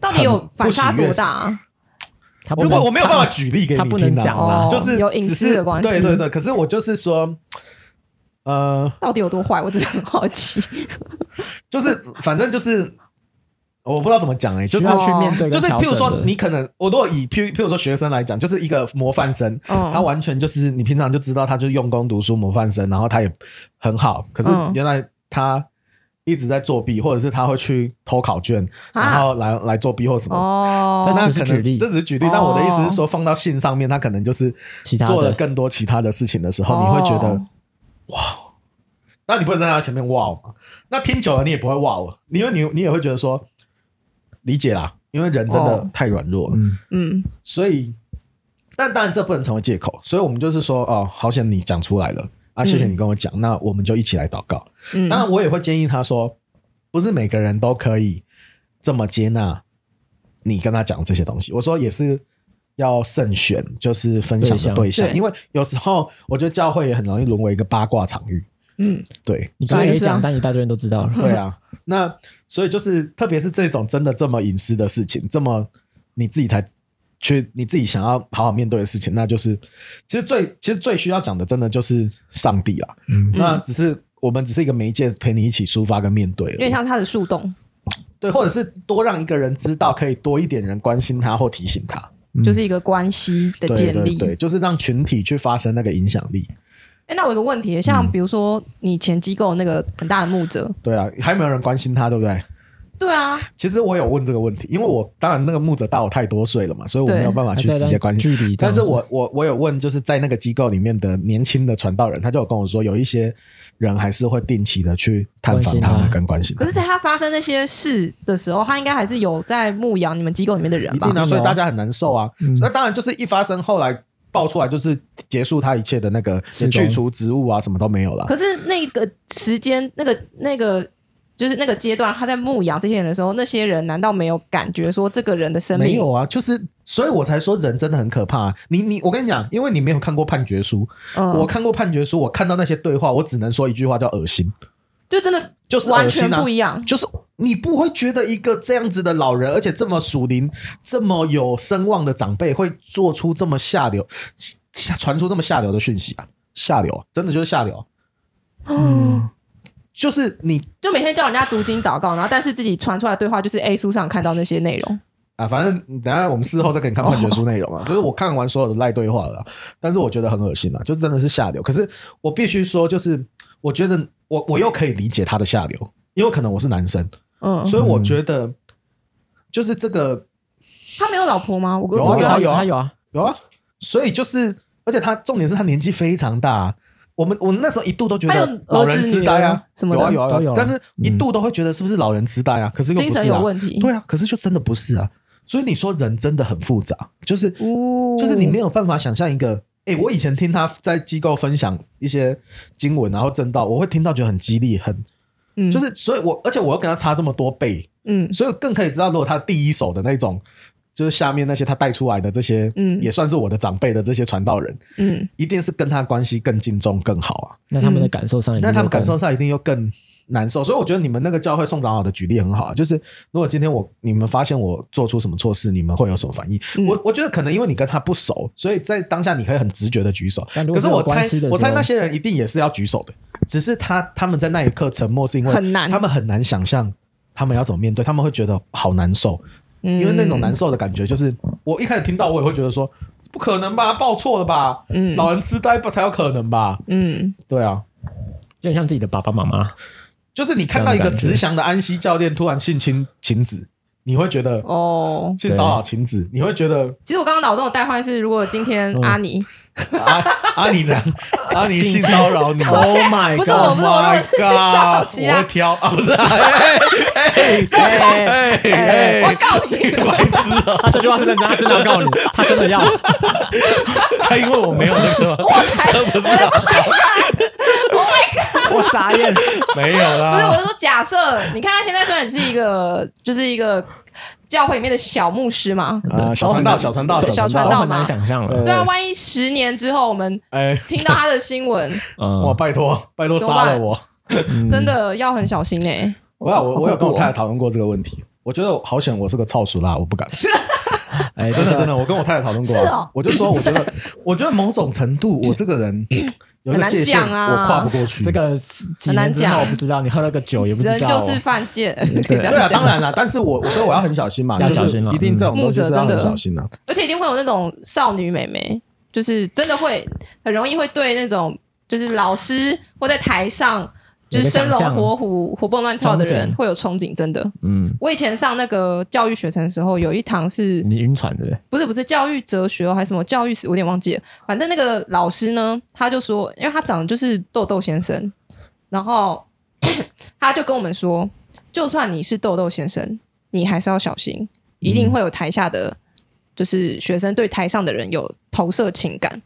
S2: 到底有反差
S1: 很不喜悦
S2: 多大、啊？
S3: 他不
S1: 如
S3: 能
S1: 果我没有办法举例给你
S3: 他
S1: 听、啊，
S3: 不能讲啦
S2: 哦，
S1: 就是
S2: 有隐
S1: 只
S2: 私
S1: 是
S2: 的关系
S1: 对对对，可是我就是说，呃，
S2: 到底有多坏？我只是很好奇。
S1: 就是反正就是我不知道怎么讲哎、就
S3: 需
S1: 是
S3: 要去面对跟
S1: 就是，
S3: 调整的，
S1: 譬如说，你可能我如果以譬如譬如说学生来讲，就是一个模范生，
S2: 嗯
S1: 他完全就是你平常就知道他就是用功读书模范生，然后他也很好，可是
S2: 嗯
S1: 原来他一直在作弊，或者是他会去偷考卷，
S2: 啊
S1: 然后来来作弊或什么。
S2: 哦，
S1: 那
S3: 这
S1: 可
S3: 只是
S1: 能
S3: 举例
S1: 这只是举例，但我的意思是说，放到信上面，他可能就是
S3: 其他的
S1: 做了更多其他的事情的时候，你会觉得
S2: 哦
S1: 哇，那你不能在他前面哇嘛？那听久了你也不会哇了，因为你你也会觉得说理解啦，因为人真的
S2: 哦
S1: 太软弱了，
S2: 嗯，
S1: 所以但当然这不能成为借口，所以我们就是说哦，好险你讲出来了啊，谢谢你跟我讲，那我们就一起来祷告。
S2: 嗯
S1: 当然，我也会建议他说，不是每个人都可以这么接纳你跟他讲这些东西。我说也是要慎选，就是分享的对
S3: 对
S1: 象，
S2: 对
S1: 因为有时候我觉得教会也很容易沦为一个八卦场域。
S2: 嗯，
S1: 对，
S3: 你刚才
S2: 所以
S3: 没
S2: 是啊
S3: 讲，但一大堆人都知 道了。
S1: 对啊，那所以就是，特别是这种真的这么隐私的事情，这么你自己才去你自己想要好好面对的事情，那就是其实最其实最需要讲的，真的就是上帝啦。嗯，那只是我们只是一个媒介，陪你一起抒发跟面对而已。
S2: 有点像他的树洞，
S1: 对，或者是多让一个人知道，可以多一点人关心他或提醒他。
S2: 就是一个关系的
S1: 对
S2: 建
S1: 对
S2: 立。
S1: 嗯对，就是让群体去发生那个影响力。
S2: 哎，那我有个问
S1: 嗯
S2: 题，像比如说你前机构那个很大的牧者，
S1: 对啊，还没有人关心他，对不对？
S2: 对啊，
S1: 其实我有问这个问题，因为我当然那个牧者大我太多岁了嘛，所以我
S2: 对
S1: 没有办法去
S3: 还在
S1: 直接关心
S3: 距离。这
S1: 但
S3: 样
S1: 是
S3: 子
S1: 我我我有问，就是在那个机构里面的年轻的传道人，他就有跟我说，有一些人还是会定期的去探
S3: 关
S1: 访
S3: 心
S1: 他们
S3: 他
S1: 跟关心
S2: 可
S1: 他
S2: 是，。在他发生那些事的时候，他应该还是有在牧羊你们机构里面的人
S1: 一
S2: 吧
S1: 定？啊，
S3: 一定的哦
S1: 所以大家很难受啊。那、当然就是一发生，后来爆出来就是结束他一切的那个
S3: 是的
S1: 去除职务啊，什么都没有了。
S2: 可是那个时间，那个那个。就是那个阶段，他在牧羊这些人的时候，那些人难道没有感觉说这个人的生命
S1: 没有啊，就是，所以我才说人真的很可怕、啊你你，我跟你讲，因为你没有看过判决书，
S2: 嗯
S1: 我看过判决书，我看到那些对话，我只能说一句话叫恶心，
S2: 就真的
S1: 就是
S2: 完
S1: 恶
S2: 全
S1: 心啊
S2: 不一样？
S1: 就是你不会觉得一个这样子的老人，而且这么属灵、这么有声望的长辈，会做出这么下流、下传出这么下流的讯息啊？下流啊，真的就是下流啊，
S2: 嗯，
S1: 就是你
S2: 就每天叫人家读经祷告，然后但是自己传出来的对话就是 A 书上看到那些内容。
S1: 啊，反正等一下我们事后再给你看判决书内容啊。就是我看完所有的赖对话了啊，但是我觉得很恶心啊，就真的是下流。可是我必须说，就是我觉得我我又可以理解他的下流，因为可能我是男生，
S2: 嗯，
S1: 所以我觉得就是这个
S2: 他没有老婆吗？我
S1: 有
S2: 我
S1: 啊
S2: 觉
S1: 有
S2: 得
S1: 啊
S3: 他
S1: 有啊
S3: 他有啊，
S1: 有啊，所以就是而且他重点是他年纪非常大啊、我们我那时候一度都觉
S2: 还有
S1: 得老人
S2: 儿子
S1: 痴呆
S2: 女
S1: 啊
S2: 儿，什么
S1: 有啊
S2: 的嗯
S1: 有啊
S3: 都有啊
S1: 但是一度都会觉得是不是老人痴呆啊？可是又不
S2: 精
S1: 是啊，
S2: 神有问题。
S1: 对啊，可是就真的不是啊。所以你说人真的很复杂，就是
S2: 哦，
S1: 就是你没有办法想象一个。诶，我以前听他在机构分享一些经文，然后正道，我会听到觉得很激励，很、
S2: 嗯
S1: 就是，所以我而且我又跟他差这么多倍，
S2: 嗯
S1: 所以更可以知道，如果他第一手的那种，就是下面那些他带出来的这些，
S2: 嗯
S1: 也算是我的长辈的这些传道人，
S2: 嗯
S1: 一定是跟他关系更敬重更好啊。
S3: 那他们的感受上，
S1: 嗯那他们感受，上一定又更难受。所以我觉得你们那个教会宋长老的举例很好啊，就是如果今天我你们发现我做出什么错事，你们会有什么反应？
S3: 嗯
S1: 我我觉得可能因为你跟他不熟，所以在当下你可以很直觉的举手。
S3: 但如
S1: 可
S3: 果
S1: 是
S3: 没有
S1: 我猜
S3: 关系的时，候
S1: 我猜那些人一定也是要举手的，只是他他们在那一刻沉默，是因为
S2: 很难
S1: 他们很难想象他们要怎么面对，他们会觉得好难受。
S2: 嗯
S1: 因为那种难受的感觉，就是我一开始听到，我也会觉得说，不可能吧，报错了吧，
S2: 嗯
S1: 老人痴呆不才有可能吧，
S2: 嗯
S1: 对啊，
S3: 就很像自己的爸爸妈妈。
S1: 就是你看到一个慈祥的安息教练突然性侵晴子，你会觉得
S2: 哦，
S1: 性骚扰晴子，你会觉得
S2: 其实我刚刚脑中的代换是，如果今天阿
S1: 嗯
S2: 尼
S1: 阿阿尼这样，阿尼性骚扰你。
S3: Oh my
S2: 不
S3: god！
S2: 是我不是我如
S1: My
S2: 果是性骚扰
S1: God，
S2: 其他
S1: 我会挑啊，不是啊，哎
S3: 哎
S1: 哎哎哎
S2: 我告 你，
S1: 白痴啊！
S3: 他这句话是认真，他真的要告你，他真 的要。
S1: 他因为我没有那个吗，
S2: 我才
S1: 不是啊，
S3: 我傻眼，
S1: 没有
S2: 不是，我
S1: 啦。
S2: 是说假设，你看他现在虽然是一个，就是一个教会里面的小牧师嘛，
S1: 啊，小传道，小传道，
S2: 对小传
S1: 传
S2: 道
S3: 我很难想象了。
S1: 呃
S2: 对啊，万一十年之后我们
S1: 哎，
S2: 听到他的新闻，
S1: 我
S3: 嗯，
S1: 拜托，拜托
S2: 怎么
S1: 杀
S2: 办
S1: 了我！嗯
S2: 真的要很小心哎、
S1: 我有我我
S3: 好恐
S1: 有跟
S3: 怖
S1: 我
S3: 哦
S1: 太太讨论过这个问题，我觉得好险，我是个操熟啦，我不敢。
S3: 哎，
S1: 真
S3: 真
S1: 的
S3: 的
S1: 真的，我跟我太太讨论过、啊，
S2: 是哦
S1: 我就说我 觉得，我觉得某种程度我这个人有一
S2: 嗯很
S1: 个
S2: 难
S1: 界限，
S2: 讲啊
S1: 我跨不过去。
S3: 这个几
S2: 很难
S3: 年之后
S2: 讲
S3: 不知道，你喝了个酒也不
S2: 人
S3: 知道
S2: 就
S3: 哦。
S2: 是犯贱，可 以这
S1: 对
S2: 样
S1: 啊，
S2: 讲
S1: 当然啦，但是我我说我要很小心嘛，
S3: 要
S1: 就
S3: 小
S1: 是
S3: 心了
S1: 一定这种东西
S2: 嗯牧
S1: 是要
S2: 者真
S1: 很
S2: 的
S1: 小心的、
S2: 而且一定会有那种少女美眉，就是真的会很容易会对那种就是老师或在台上就是生
S3: 有个
S2: 龙
S3: 想象
S2: 活虎、活蹦乱跳的人
S3: 憧憬
S2: 会有憧憬，真的。
S3: 嗯，
S2: 我以前上那个教育学程的时候，有一堂是
S3: 你晕船对不对？
S2: 不是不是教育哲学、哦、还是什么教育史，我有点忘记了。反正那个老师呢，他就说，因为他长得就是豆豆先生，然后 他就跟我们说，就算你是豆豆先生，你还是要小心，一定会有台下的，就是学生对台上的人有投射情感，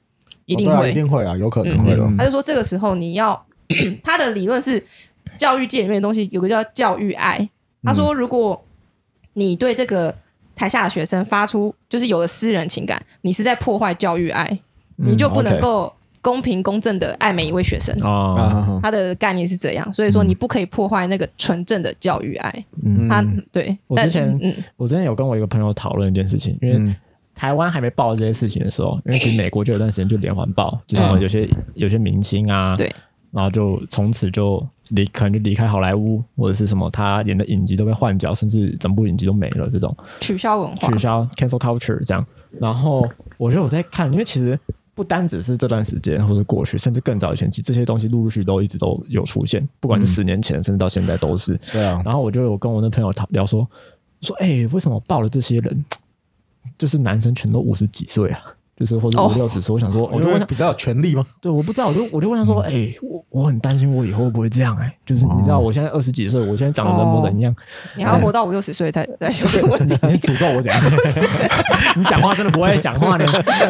S2: 一定
S1: 哦对啊
S2: 会。
S1: 一定会啊，有可能
S2: 嗯
S1: 会的。
S2: 他就说这个时候你要 他的理论是教育界里面的东西有个叫教育爱。他说，如果你对这个台下的学生发出就是有了私人情感，你是在破坏教育爱，
S3: 嗯
S2: 你就不能
S1: OK
S2: 够公平公正的爱每一位学生。
S1: 啊
S3: 啊，
S1: 哈哈
S2: 他的概念是这样，所以
S3: 嗯
S2: 说你不可以破坏那个纯正的教育爱。他对，
S3: 我
S2: 但
S3: 之前
S2: 嗯，
S3: 我之前有跟我一个朋友讨论一件事情，因为
S1: 嗯
S3: 台湾还没爆这些事情的时候，因为其实美国就有段时间就连环爆，就是什么有些有些明星啊，
S2: 对，
S3: 然后就从此就离，可能就离开好莱坞或者是什么，他演的影集都被换角，甚至整部影集都没了，这种
S2: 取消文化
S3: 取，消 cancel culture 这样。然后我觉得我在看，因为其实不单只是这段时间，或是过去，甚至更早以前，其实这些东西陆陆续续都一直都有出现，不管是十年前，甚至到现在都是。
S1: 对啊，
S3: 然后我就有跟我那朋友讨聊说，说哎、欸为什么爆了这些人，就是男生全都五十几岁啊，就是或者
S2: 哦
S3: 五六十岁。我想说，哎我
S1: 我
S3: 就
S1: 觉
S3: 问
S1: 得
S3: 他，
S1: 比较有权利吗？
S3: 对，我不知道，我就我就问他说，哎、我我很担心我以后会不会这样哎、就是你知道我现在二十几岁，我现在长得人模人样，
S2: 你还要活到五六十岁才 才想这个问题。
S3: 你诅咒我怎样？ 你讲话真的不会讲话呢？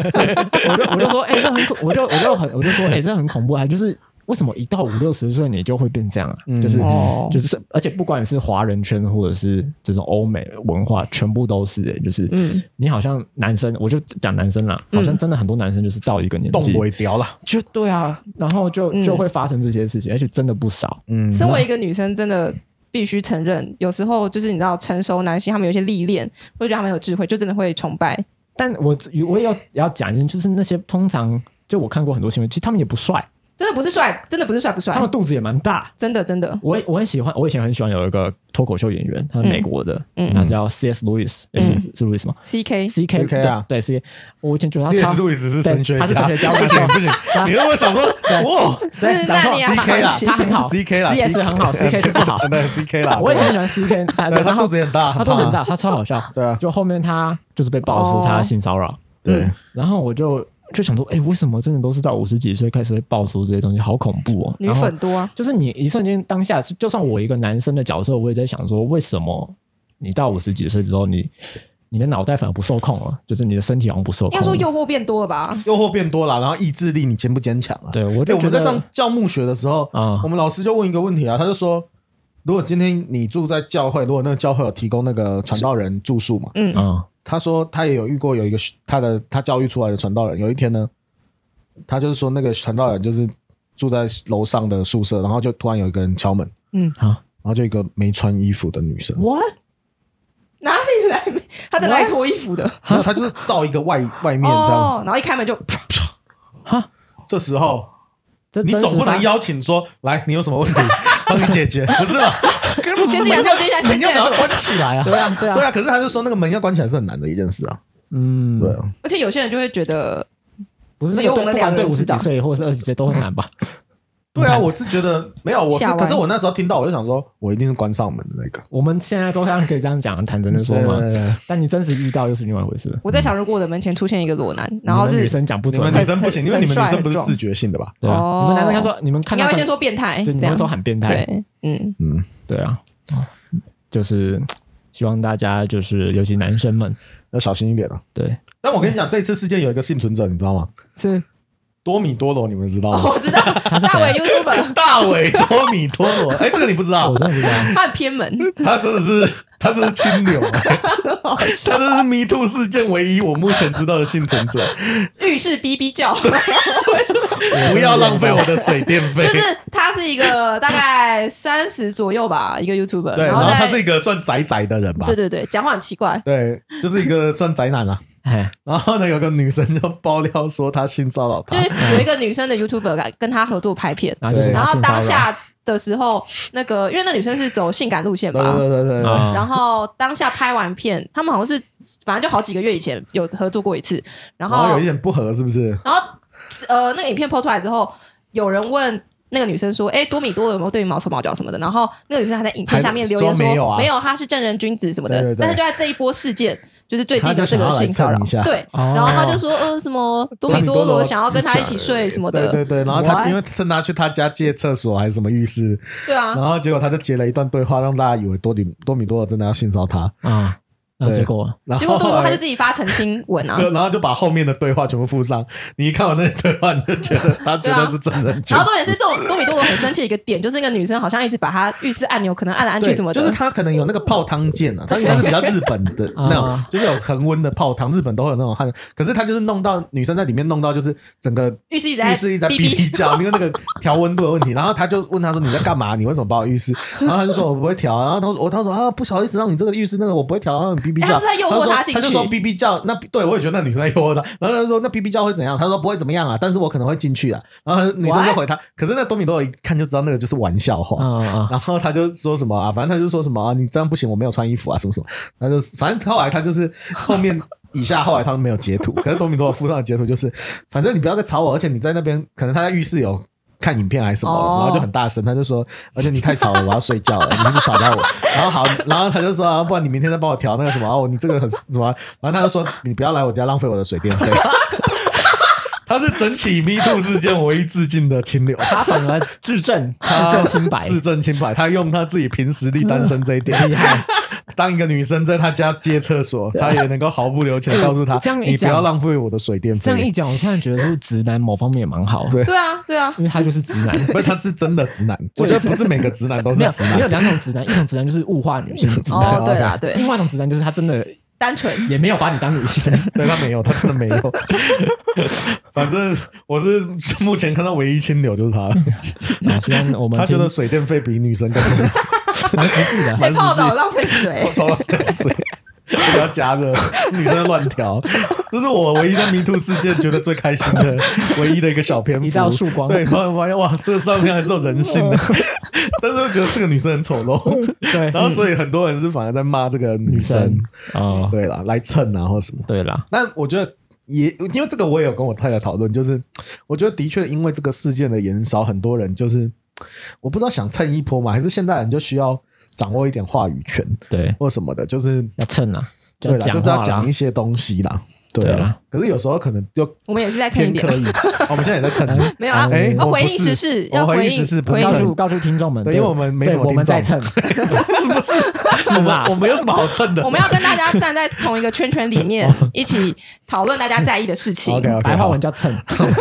S3: 我就我就说，哎、这很恐，我就我就很我就说，哎、这很恐怖啊！就是为什么一到五六十岁你就会变这样啊？就是
S2: 哦
S3: 就是，而且不管是华人圈或者是这种欧美文化，全部都是、哎就是你好像男生，我就讲男生啦，好像真的很多男生就是到一个年
S1: 动
S3: 纪，
S1: 尾雕啦，
S3: 就对啊，然后就就会发生这些事情，而且真的不少。
S2: 身为一个女生，真的必须承认，有时候就是你知道，成熟男性他们有一些历练，会觉得他们有智慧，就真的会崇拜。
S3: 但我我也要也要讲一件，就是那些通常就我看过很多新闻，其实他们也不帅。
S2: 真的不是帅，真的不是帅不帅
S3: 他，们肚子也蛮大。
S2: 真的真的，
S3: 我也我很喜欢，我以前很喜欢有一个脱口秀演员，
S2: 嗯
S3: 他是美国的，他叫 C.S. Lewis，、也是是 Lewis 吗
S2: C K
S3: ？C.K.
S1: CK 啊
S3: 对对 C.K. 我以前觉得他
S1: C.S.
S3: 超
S1: Lewis 是
S3: 对
S1: 神学
S3: 他是
S1: 家
S3: 神学家，我
S1: 不
S3: 跟
S1: 行
S3: 你
S1: 不行，你让我想说，哇
S3: 对，讲错
S2: 那你啊还
S3: C.K. 啦，他很好
S1: ，CK 啦
S3: C.S. 很好，C.K. 是不好。
S1: 对 CK 啦，
S3: 我以前
S1: 对
S3: 很喜欢 C.K.，但
S1: 对
S3: 然
S1: 他
S3: 后
S1: 肚子很大，
S3: 他肚子很
S1: 胖啊，
S3: 大，他超好笑。
S1: 对啊
S3: 就后面他就是被爆
S2: 哦
S3: 出他性骚扰，
S1: 对
S3: 嗯，然后我就就想说，哎，为什么真的都是到五十几岁开始会爆出这些东西，好恐怖哦！
S2: 女
S3: 然后
S2: 粉多啊，
S3: 就是你一瞬间当下，就算我一个男生的角色，我也在想说，为什么你到五十几岁之后，你你的脑袋反而不受控了，就是你的身体好像不受控
S2: 应该
S3: 了。
S2: 说诱惑变多了吧？
S3: 哦
S1: 诱惑变多了，然后意志力你坚不坚强啊？
S3: 对我就
S1: 对，我
S3: 觉
S1: 们
S3: 得
S1: 在上教牧学的时候，
S3: 啊
S1: 我们老师就问一个问题啊，他就说，如果今天你住在教会，如果那个教会有提供那个传道人住宿嘛，
S3: 嗯
S1: 他说他也有遇过有一个他的他教育出来的传道人，有一天呢，他就是说那个传道人就是住在楼上的宿舍，然后就突然有一个人敲门，
S2: 嗯
S1: 好，
S3: 啊
S1: 然后就一个没穿衣服的女生，
S3: ，what
S2: 哪里来没？他在哪里脱衣服的？
S1: 没有他就是照一个外外面这样
S2: 哦
S1: 子，，
S2: 然后一开门就，
S1: 这时候
S3: 这
S1: 你
S3: 真实
S1: 总不
S3: 发
S1: 能邀请说来你有什 么问题帮你解决，不是吧？
S2: 先进来坐，先进来，
S1: 门
S2: 先进
S1: 要
S2: 来
S1: 把它
S2: 坐。
S1: 关起来啊！
S3: 对啊对啊
S1: 对啊！可是他就说那个门要关起来是很难的一件事啊。
S3: 嗯，
S1: 对啊，
S2: 而且有些人就会觉得，
S3: 不是
S2: 只
S3: 这
S2: 有
S3: 个
S2: 我们
S3: 对，不管
S2: 两个
S3: 对
S2: 人
S3: 五十
S2: 知道
S3: 几岁或者是二十几岁都很难 吧？
S1: 对啊，我是觉得没有，我是
S2: 吓歪
S1: 可是我那时候听到我就想说，我一定是关上门的那个。
S3: 我们现在都这样可以这样讲，坦诚的说嘛
S1: 对对对对。
S3: 但你真实遇到又是另外一回事。
S2: 我在想，如果我的门前出现一个裸男，然后
S3: 你们
S2: 是
S3: 女生讲不
S1: 你
S3: 出来
S1: 们，女生不行，
S2: 很
S1: 因为你们
S2: 很
S1: 女
S2: 帅
S1: 生不是
S2: 很壮
S1: 视觉性的吧？
S3: 对啊，
S2: 哦
S3: 你们男生要说你们看
S2: 应
S3: 到
S2: 该会
S3: 更
S2: 先说变态，
S3: 对，
S2: 这
S3: 你们
S2: 样
S3: 说很变态，
S2: 对，嗯，
S3: 对啊，就是希望大家就是尤其男生们，
S1: 要小心一点啊！
S3: 对，
S1: 但我跟你讲，这次事件有一个幸存者，你知道吗？
S3: 是
S1: 多米多罗，你们知道吗？
S2: 哦我知道，大伟 YouTuber，
S1: 大伟多米多罗，哎，这个你不知道
S3: 我，真的不知道。
S2: 他很偏门，
S1: 他真的是 他真的是清流啊，他真的是 Me Too 事件唯一我目前知道的幸存者。
S2: 浴室哔哔叫。
S1: 不要浪费我的水电费。
S2: 就是他是一个大概三十左右吧，一个 YouTuber，
S1: 对，然
S2: 后
S1: 后他
S2: 在
S1: 是一个算宅宅的人吧
S2: 对？对对，讲话很奇怪，
S1: 对，就是一个算宅男啊。
S3: 哎，
S1: 然后呢，有个女生就爆料说她性骚扰他
S2: 就，是有一个女生的 YouTuber 来跟他合作拍片，
S3: 然后就是
S2: 然
S3: 啊他
S2: 后
S3: 性骚
S2: 当
S3: 扰
S2: 下的时候，那个因为那女生是走性感路线
S1: 对
S2: 吧。
S1: 对对对对，
S3: 啊
S2: 然后当下拍完片，他们好像是反正就好几个月以前有合作过一次，然
S1: 然后
S2: 后
S1: 有一点不合，是不是？
S2: 然后呃那个影片播出来之后，有人问那个女生说：“哎，多米多有没有对你毛手毛脚什么的？”然后那个女生还在影片下面留言
S1: 还说没有啊
S2: 他是正人君子什么的。
S1: 对对对
S2: 但是就在这一波事件，就是最近的这个
S1: 他就想要来
S2: 性骚扰
S1: 蹭一下，
S2: 对。
S3: 哦
S2: 然后他就说：“呃，什么多米多罗想要跟他一起睡什么
S1: 对
S2: 的
S1: 对，对，然后他
S3: What？
S1: 因为趁他去他家借厕所还是什么浴室，
S2: 对啊。”
S1: 然后结果他就截了一段对话，让大家以为多米多米多尔真的要性骚他，
S3: 啊，那
S1: 对
S3: 结果
S1: 然
S2: 结果
S1: 后
S2: 多
S1: 后
S2: 米多
S1: 来
S2: 他就自己发澄清文啊，
S1: 对，然后就把后面的对话全部附上。你一看完那些对话，你就觉得他觉得是真人君
S2: 啊然后重点是这种多米多罗很生气的一个点，就是那个女生好像一直把她浴室按钮可能按来按去
S1: 对，
S2: 怎么的，
S1: 就是他可能有那个泡汤剑啊，他应该是比较日本的那种
S3: 啊，
S1: 就是有恒温的泡汤，日本都会有那种汗。可是他就是弄到女生在里面弄到就是整个
S2: 浴室一直在
S1: 浴室一直在
S2: 哔哔
S1: 哔哔叫，因为那个调温度的问题。然后他就问他说：“你在干嘛？你为什么把我 浴室？”然后他就说：“我不会调啊。”然后他说：“我他说啊，不好意思，让你这个浴室那个我不会调，然后你哔哔
S2: 哎
S1: 叫。”
S2: 他是在诱惑他
S1: 他
S2: 进去
S1: 说他就说哔哔叫，那对我也觉得那女生在诱惑他。然后他说：“那哔哔叫会怎样？”他说：“不会怎么样啊，但是我可能会进去啊。”然后女生就回他，可是那多米多一看就知道那个就是玩笑话。
S3: 啊啊
S1: 然后他就说什么啊，反正他就说什么啊，你这样不行，我没有穿衣服啊，什么什么。他就反正后来他就是后面以下后来他们没有截图， 可是多米多尔附上的截图就是，反正你不要再吵我，而且你在那边可能他在浴室有。看影片还是什么的
S2: 哦
S1: 然后就很大声，他就说，而且你太吵了，我要睡觉了，你一直吵到我。然后好，然后他就说，啊、不然你明天再帮我调那个什么，哦，你这个很什么，然后他就说，你不要来我家浪费我的水电费。 他是整起 Me Too 事件唯一致敬的清流。
S3: 他反而自证自
S1: 他
S3: 证清白，
S1: 自证清白。他用他自己凭实力单身这一点，厉害。当一个女生在他家接厕所，他也能够毫不留情地告诉他
S3: 这样：“一
S1: 你不
S3: 讲
S1: 要浪费我的水电
S3: 这样一
S1: 费。
S3: 讲，我突然觉得是直男某方面也蛮好，
S1: 对
S2: 对啊，对 啊”，
S3: 因为他就是直男。
S1: 不是，他是真的直男。我觉得不是每个直男都 是
S3: 没有
S1: 直
S3: 没有
S1: 男。
S3: 两种直男，一种直男就是物化女性的直男，
S2: 哦，对啦，对，
S3: 另外一种直男就是他真的
S2: 单纯。
S3: 也没有把你当女性。
S1: 对他没有，他真的没有。 反正我是目前看到唯一清流就是他了，
S3: 啊，希望我们
S1: 他觉
S3: 听
S1: 得水电费比女生更重要。
S3: 蛮实际的。
S2: 被
S1: 蛮实际
S2: 泡澡浪费水
S1: 我，超爱水， 不要夹着女生 乱调，这是我唯一在迷途事件觉得最开心的唯一的一个小篇幅。
S3: 一道曙光嗯
S1: 对，然后发现哇，这上面还是有人性的， 但是我觉得这个女生很丑陋，
S3: 对
S1: 然后所以很多人是反而在骂这个女生，
S3: 哦，
S1: 对啦，来蹭啊或什么。
S3: 对啦，
S1: 但我觉得也因为这个，我也有跟我太太讨论，就是我觉得的确因为这个事件的延烧，很多人就是我不知道想蹭一波嘛，还是现代人就需要掌握一点话语权
S3: 对，
S1: 或什么的，就是
S3: 要蹭啊，
S1: 对啦，
S3: 讲
S1: 就是要
S3: 话
S1: 讲
S3: 啦
S1: 一。些东西啦。对
S3: 对啦
S1: 啦，可是有时候可能就
S2: 我们也是在蹭一
S1: 偏
S2: 点
S1: 刻，意。哦我们现在也在蹭，
S2: 没有啊
S1: 哎，
S2: 要
S1: 我
S2: 回应
S1: 不是
S2: 时事，
S1: 我
S2: 要
S1: 回
S2: 应
S1: 应时事不
S2: 回
S1: 是
S2: 应
S3: 告
S1: 蹭
S3: 诉告诉听众们，
S1: 对
S3: 对，
S1: 因为我们没什么
S3: 对我们在蹭
S1: 听众， 是不是？
S3: 是啦
S1: 我们我们有什么好蹭的
S2: 我们要跟大家站在同一个圈圈里面，一起讨论大家在意的事情。
S1: ？OK，
S3: 白话文叫蹭，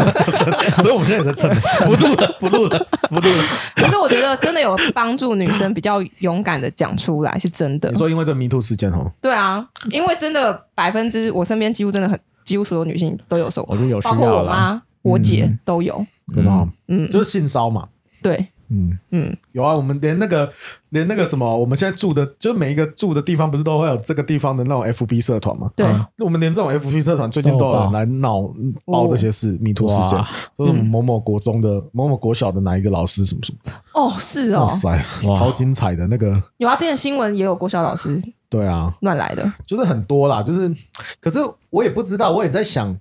S1: 所以我们现在也在蹭， 不录了，不录了，不录了。
S2: 可是我觉得真的有帮助女生比较勇敢的讲出来，是真的
S1: 你。说因为这迷途事件哦，
S2: 对啊，因为真的百分之我身边几乎真的很几乎所有女性都有受过
S3: 我，就有需
S2: 包括
S3: 要
S2: 我
S3: 啦。
S2: 妈、我姐都有。
S1: 对吧？
S2: 嗯，
S1: 就是性骚嘛，
S2: 对，
S1: 嗯
S2: 嗯，
S1: 有啊，我们连那个连那个什么，我们现在住的，就是每一个住的地方，不是都会有这个地方的那种 FB 社团吗？
S2: 对，
S3: 啊
S1: 我们连这种 FB 社团最近都有人来闹报这些事，迷途事件
S3: 哦哇，
S2: 嗯
S1: 说什么某某国中的、某某国小的哪一个老师什么什么，
S2: 哦，是
S1: 哇
S2: 哦，
S1: 塞，
S3: 哇
S1: 超精彩的那个，
S2: 有啊，之前新闻也有国小老师
S1: 对啊，
S2: 乱来的，
S1: 就是很多啦，就是，可是我也不知道，我也在想，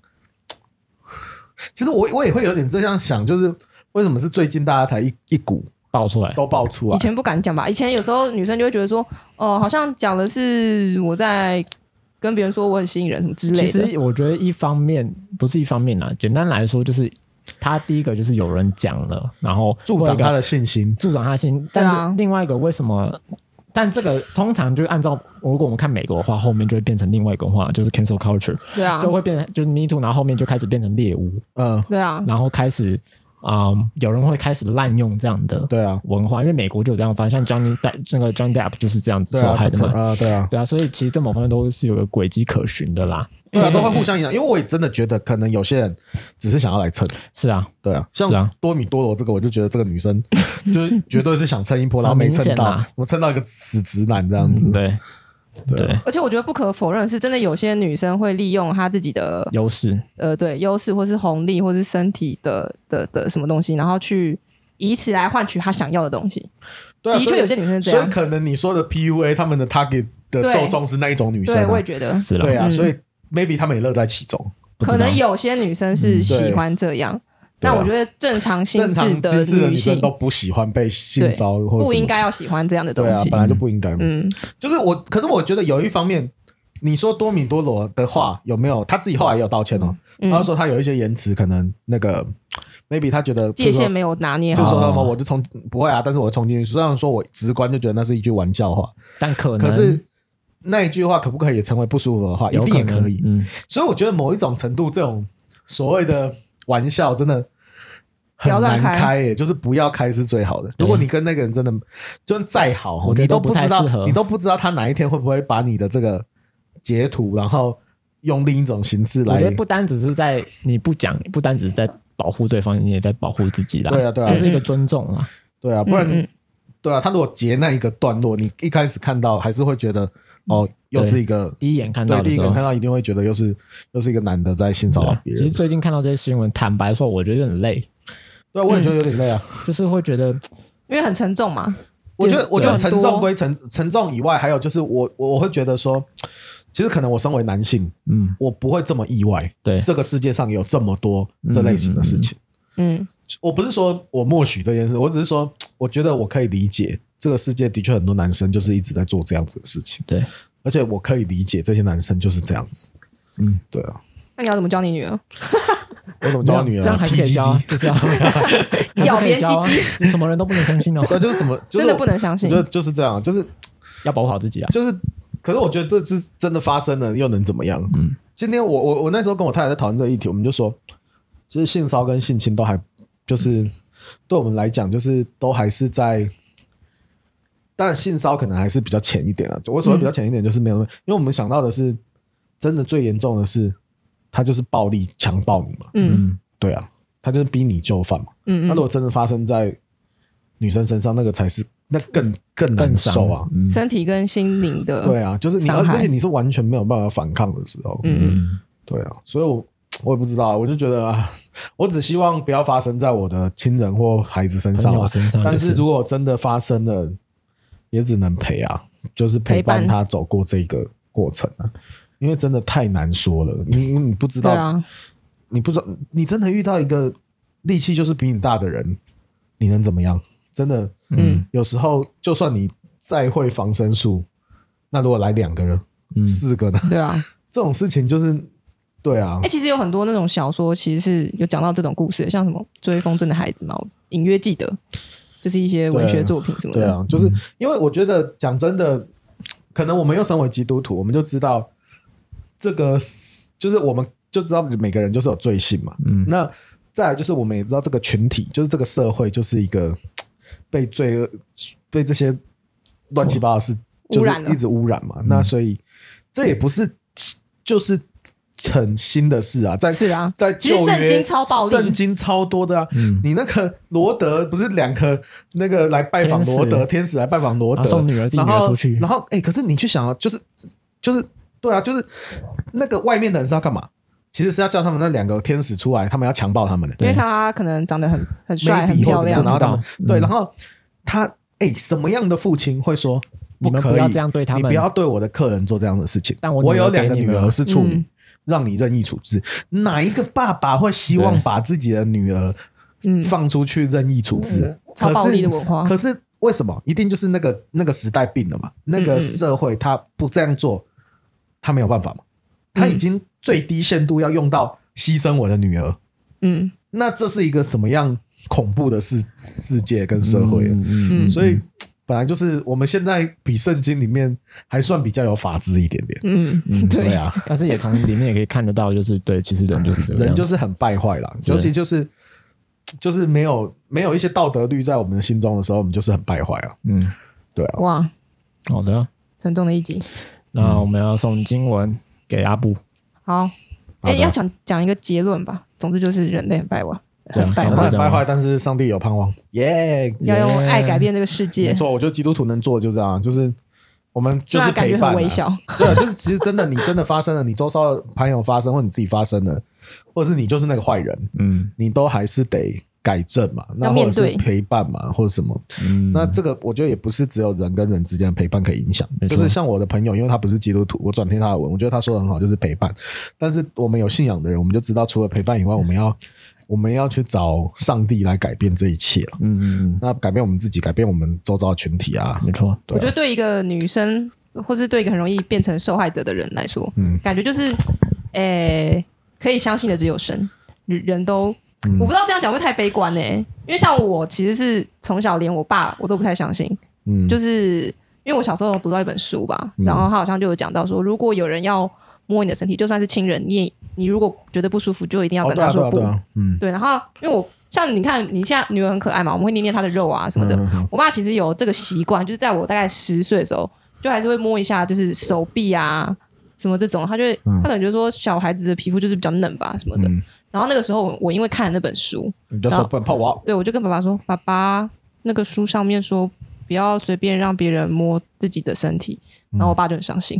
S1: 其实我我也会有点这样想，就是为什么是最近大家才一一股
S3: 爆出来，
S1: 都爆出来
S2: 以？前不敢讲吧？以前有时候女生就会觉得说，哦、好像讲的是我在跟别人说我很吸引人什么之
S3: 其
S2: 类的。
S3: 实我觉得一方面不是一方面啦，简单来说就是，他第一个就是有人讲了，然后
S1: 助
S3: 另
S1: 长
S3: 一个
S1: 他的信心，
S3: 助长他心。
S2: 对啊
S3: 但是另外一个为什么？但这个通常就按照如果我们看美国的话，后面就会变成另外一个话，就是 cancel culture，、
S2: 对啊
S3: 就，会变成就是 me too，然后后面就开始变成猎物，
S1: 嗯，
S2: 对啊，
S3: 然后开始啊、嗯有人会开始滥用这样的
S1: 对啊，
S3: 文化，因为美国就有这样发现，像 Johnny Depp 那个 Johnny Depp 就是这样子
S1: 对
S3: 受
S1: 啊，
S3: 害的嘛，
S1: 啊，对啊，
S2: 嗯
S3: 对啊，所以其实这某方面都是有个轨迹可循的啦，
S1: 对啊，都会互相影响。因为我也真的觉得，可能有些人只是想要来蹭，
S3: 是啊，
S1: 对啊，
S3: 是
S1: 像
S3: 啊
S1: 多米多罗这个，我就觉得这个女生就是绝对是想蹭一波，然后
S3: 好
S1: 没
S3: 明
S1: 蹭
S3: 显
S1: 到
S3: 啊，嗯
S1: 我蹭到一个死直男这样子。
S3: 对
S1: 啊
S3: 对，
S2: 而且我觉得不可否认的是，真的有些女生会利用她自己的
S3: 优势
S2: 呃对优势，或是红利，或是身体的的的什么东西，然后去以此来换取她想要的东西。
S1: 对啊，
S2: 的
S1: 所
S2: 确
S1: 以
S2: 有些女生是这
S1: 所以
S2: 样，
S1: 可能你说的 PUA，他们的 target 的
S2: 对
S1: 受众是那一种女生
S2: 对我
S1: 啊
S2: 也，觉得，
S3: 是啦，
S1: 对啊，
S2: 嗯
S1: 所以 maybe 他们也乐在其中。
S3: 不知
S2: 可
S3: 道
S2: 能有些女生是喜欢这样，那
S1: 对啊
S2: 我觉得正常心
S1: 正常
S2: 智
S1: 精致的
S2: 女
S1: 女
S2: 性
S1: 生都不喜欢被性
S2: 对
S1: 骚扰或者
S2: 不
S1: 什么
S2: 应该要喜欢这样的东
S1: 对啊
S2: 西，。
S1: 本来就不应该嘛。
S2: 嗯，
S1: 就是我，可是我觉得有一方面，你说多米多罗的话有没有？他自己后来也有道歉哦，
S2: 嗯
S1: 他说他有一些言辞，可能那个 maybe 他觉得
S2: 界限
S1: 比
S2: 没有拿捏
S1: 如说，就
S2: 好。
S1: 说什么
S3: 哦
S1: 我就冲不会啊，但是我冲进去，虽然说我直观就觉得那是一句玩笑话，
S3: 但可能
S1: 可是那一句话可不可以也成为不舒服的话？一
S3: 有
S1: 定也
S3: 能
S1: 可以。
S3: 嗯，
S1: 所以我觉得某一种程度，这种所谓的玩笑真的
S2: 不
S1: 很
S2: 要乱
S1: 难
S2: 开
S1: 开耶，就是不要开是最好的。如果你跟那个人真的就算再好哦，
S3: 我觉
S1: 你
S3: 得
S1: 都
S3: 都
S1: 不
S3: 不
S1: 知
S3: 太
S1: 道
S3: 适，合
S1: 你都不知道他哪一天会不会把你的这个截图，然后用另一种形式
S3: 我
S1: 来
S3: 觉得不单只是在你不讲，不单只是在保护对方，你也在保护自己啦。
S1: 对啊对啊
S3: 这是一个尊重啦。
S1: 对啊，不然、
S2: 嗯嗯
S1: 对啊，他如果截那一个段落，你一开始看到还是会觉得哦，又是一个。
S3: 第一眼嗯看
S1: 对，啊
S3: 到
S1: 第
S3: 的
S1: 一
S3: 时
S1: 个
S3: 候啊
S1: 人，看到一定会觉得又是又是一个男的在性骚扰别
S3: 其实
S1: 人，
S3: 最近看到这些新闻，坦白说，我觉得有点累，
S1: 对啊，
S3: 嗯
S1: 我也觉得有点累啊。
S3: 就是会觉得
S2: 因为很沉重嘛，
S1: 我觉得，我觉得
S2: 很
S1: 沉
S2: 多
S1: 重归沉沉重以外，还有就是我我我会觉得说，其实可能我身为男性，
S3: 嗯，
S1: 我不会这么意外。
S3: 对
S1: 这个世界上有这么多这类型的事情，
S2: 嗯，
S1: 我不是说我默许这件事，我只是说，我觉得我可以理解这个世界的确很多男生就是一直在做这样子的事情，
S3: 对，
S1: 而且我可以理解这些男生就是这样子。
S3: 嗯，
S1: 对啊，
S2: 那你要怎么教你女儿？
S1: 我怎么教女儿啊？
S3: 这样还
S1: 踢
S3: 可以
S1: 鸡
S3: 教啊
S1: 鸡，，
S3: 就是要还是可以教啊
S2: 咬别人
S3: 你什么人都不能相信哦，
S1: 对，就是什么，就
S2: 真
S1: 是
S2: 的
S1: 我
S2: 不能相信
S1: 我觉得就是这样，啊就是
S3: 要保护好自己啊。
S1: 就是，可是我觉得这是真的发生了，又能怎么样？嗯，今天我我我那时候跟我太太在讨论这个议题，我们就说，其实性骚跟性侵都还就是对我们来讲，就是都还是在。但性骚可能还是比较浅一点啊。我
S2: 嗯
S1: 所谓比较浅一点，就是没有，因为我们想到的是，真的最严重的是，他就是暴力强暴你嘛。
S2: 嗯
S1: 对啊，他就是逼你就范嘛。
S2: 嗯嗯
S1: 那如果真的发生在女生身上，那个才是那更更难
S3: 更伤
S1: 受啊。
S2: 嗯，身体跟心灵的，
S1: 对啊，就是你，
S2: 伤害
S1: 而且你是完全没有办法反抗的时候，
S2: 嗯
S1: 对啊，所以我我也不知道，我就觉得 啊，我只希望不要发生在我的亲人或孩子身上
S3: 朋
S1: 啊
S3: 友身上也是
S1: 但是如果真的发生了，也只能陪啊，就是陪伴
S2: 陪伴
S1: 他走过这个过程啊，因为真的太难说了，你你不知
S2: 对
S1: 道，
S2: 啊，
S1: 你不知道，你真的遇到一个力气就是比你大的人，你能怎么样？真的，
S2: 嗯，
S1: 有时候就算你再会防身术，那如果来两个人、四个呢？
S2: 对啊。
S1: 这种事情就是，对啊
S2: 哎、，其实有很多那种小说，其实是有讲到这种故事，像什么《追风筝的孩子》嘛，我隐约记得，就是一些文学作品什么
S1: 对
S2: 的。
S1: 啊，就是因为我觉得讲真的，可能我们又身为基督徒，我们就知道这个就是我们就知道每个人就是有罪性嘛。嗯，那再来就是我们也知道这个群体，就是这个社会，就是一个被罪恶被这些乱七八糟的事
S2: 哦污
S1: 就是
S2: 染了嗯
S1: 一直污染嘛。那所以这也不是就是很新的事啊，在
S2: 是啊
S1: 在
S2: 其实
S1: 旧约
S2: 圣经超暴力
S1: 圣经超多的啊。
S3: 嗯
S1: 你那个罗德不是两个那个来拜访罗德
S3: 天使
S1: 天使来拜访罗德，
S3: 然后送女儿自己
S1: 然
S3: 女儿
S1: 后
S3: 出去
S1: 然后哎、可是你去想啊，就是就是对啊，就是那个外面的人是要干嘛？其实是要叫他们那两个天使出来，他们要强暴他们的。
S2: 因为他可能长得很很帅、
S1: 啊 maybe
S2: 很
S1: 或
S2: 漂
S1: 者
S2: 亮
S1: 然，后他们
S3: 不知
S1: 对，然后他哎、什么样的父亲会说
S3: 你们
S1: 可以
S3: 不要这样对他们
S1: 你不要对我的客人做这样的事情。
S3: 但
S1: 我
S3: 我女儿
S1: 有两个
S3: 给你
S1: 女
S3: 们
S1: 儿是处女，
S2: 嗯
S1: 让你任意处置，哪一个爸爸会希望
S3: 对
S1: 把自己的女儿放出去任意处置？
S2: 嗯超
S1: 可
S2: 暴
S1: 是
S2: 力的文化
S1: 可是为什么？一定就是那个那个时代病了嘛？那
S2: 嗯
S1: 个
S2: 嗯
S1: 社会他不这样做，他没有办法嘛？他已经最低限度要用到牺牲我的女儿。
S2: 嗯，
S1: 那这是一个什么样恐怖的世世界跟社会？
S3: 嗯
S1: 所以本来就是我们现在比圣经里面还算比较有法治一点点。
S2: 嗯，对
S1: 对啊，
S3: 但是也从里面也可以看得到，就是对，其实人就是这个
S1: 人
S3: 样
S1: 就
S3: 子，
S1: 是很败坏啦，尤其就是就是没有没有一些道德律在我们的心中的时候，我们就是很败坏啊。
S3: 嗯，
S1: 对啊，
S2: 哇，
S3: 好的，
S2: 沉重的一集。
S3: 那我们要送经文给阿布，
S2: 好，
S1: 好
S2: 哎、
S1: 的
S2: 要讲讲一个结论吧。总之就是人类很败坏，
S3: 对啊
S2: 很败
S3: 讲
S1: 人
S3: 到
S2: 坏
S1: 很，败坏，但是上帝有盼望，耶、
S2: 要用爱改变这个世界
S1: 没。错，我觉得基督徒能做的就这样，啊就是我们
S2: 虽
S1: 就
S2: 然
S1: 是
S2: 感
S1: 陪
S2: 觉
S1: 伴、
S2: 很
S1: 啊。
S2: 微小，
S1: 对，就是其实真的，你真的发生了，你周遭的朋友发生，或你自己发生了，或者是你就是那个坏人，
S3: 嗯，
S1: 你都还是得改正嘛，那
S2: 要
S1: 或
S2: 面
S1: 者
S2: 对
S1: 是陪伴嘛，或者什么。
S3: 嗯
S1: 那这个我觉得也不是只有人跟人之间的陪伴可以影响，
S3: 没
S1: 就
S3: 错
S1: 是像我的朋友，因为他不是基督徒，我转贴他的文，我觉得他说的很好，就是陪伴。但是我们有信仰的人，我们就知道，除了陪伴以外，我们要我们要去找上帝来改变这一切了。
S3: 嗯嗯嗯，
S1: 那改变我们自己，改变我们周遭的群体啊，
S3: 没错，
S1: 对
S2: 我觉
S1: 啊
S2: 得对一个女生，或是对一个很容易变成受害者的人来说，
S1: 嗯
S2: 感觉就是，诶、可以相信的只有神，人人都，
S1: 嗯
S2: 我不知道这样讲会不会太悲观呢、因为像我其实是从小连我爸我都不太相信，
S1: 嗯
S2: 就是因为我小时候有读到一本书吧，然后他好像就有讲到说，如果有人要摸你的身体，就算是亲人，你也你如果觉得不舒服，就一定要
S1: 哦，
S2: 跟
S1: 对
S2: 他
S1: 啊，对
S2: 说
S1: 啊，
S2: 不。
S1: 对啊，嗯
S2: 对，然后因为我像你看，你现在女儿很可爱嘛，我们会捏捏她的肉啊什么的。
S1: 嗯嗯嗯
S2: 我爸其实有这个习惯，就是在我大概十岁的时候，就还是会摸一下，就是手臂啊什么这种。他就会、他可能就说小孩子的皮肤就是比较嫩吧什么的。
S1: 嗯，
S2: 然后那个时候我我因为看了那本书，
S1: 你就
S2: 然
S1: 说
S2: 后
S1: 不怕我，
S2: 对我就跟爸爸说，爸爸那个书上面说。不要随便让别人摸自己的身体，
S1: 嗯
S2: 然后我爸就很伤心，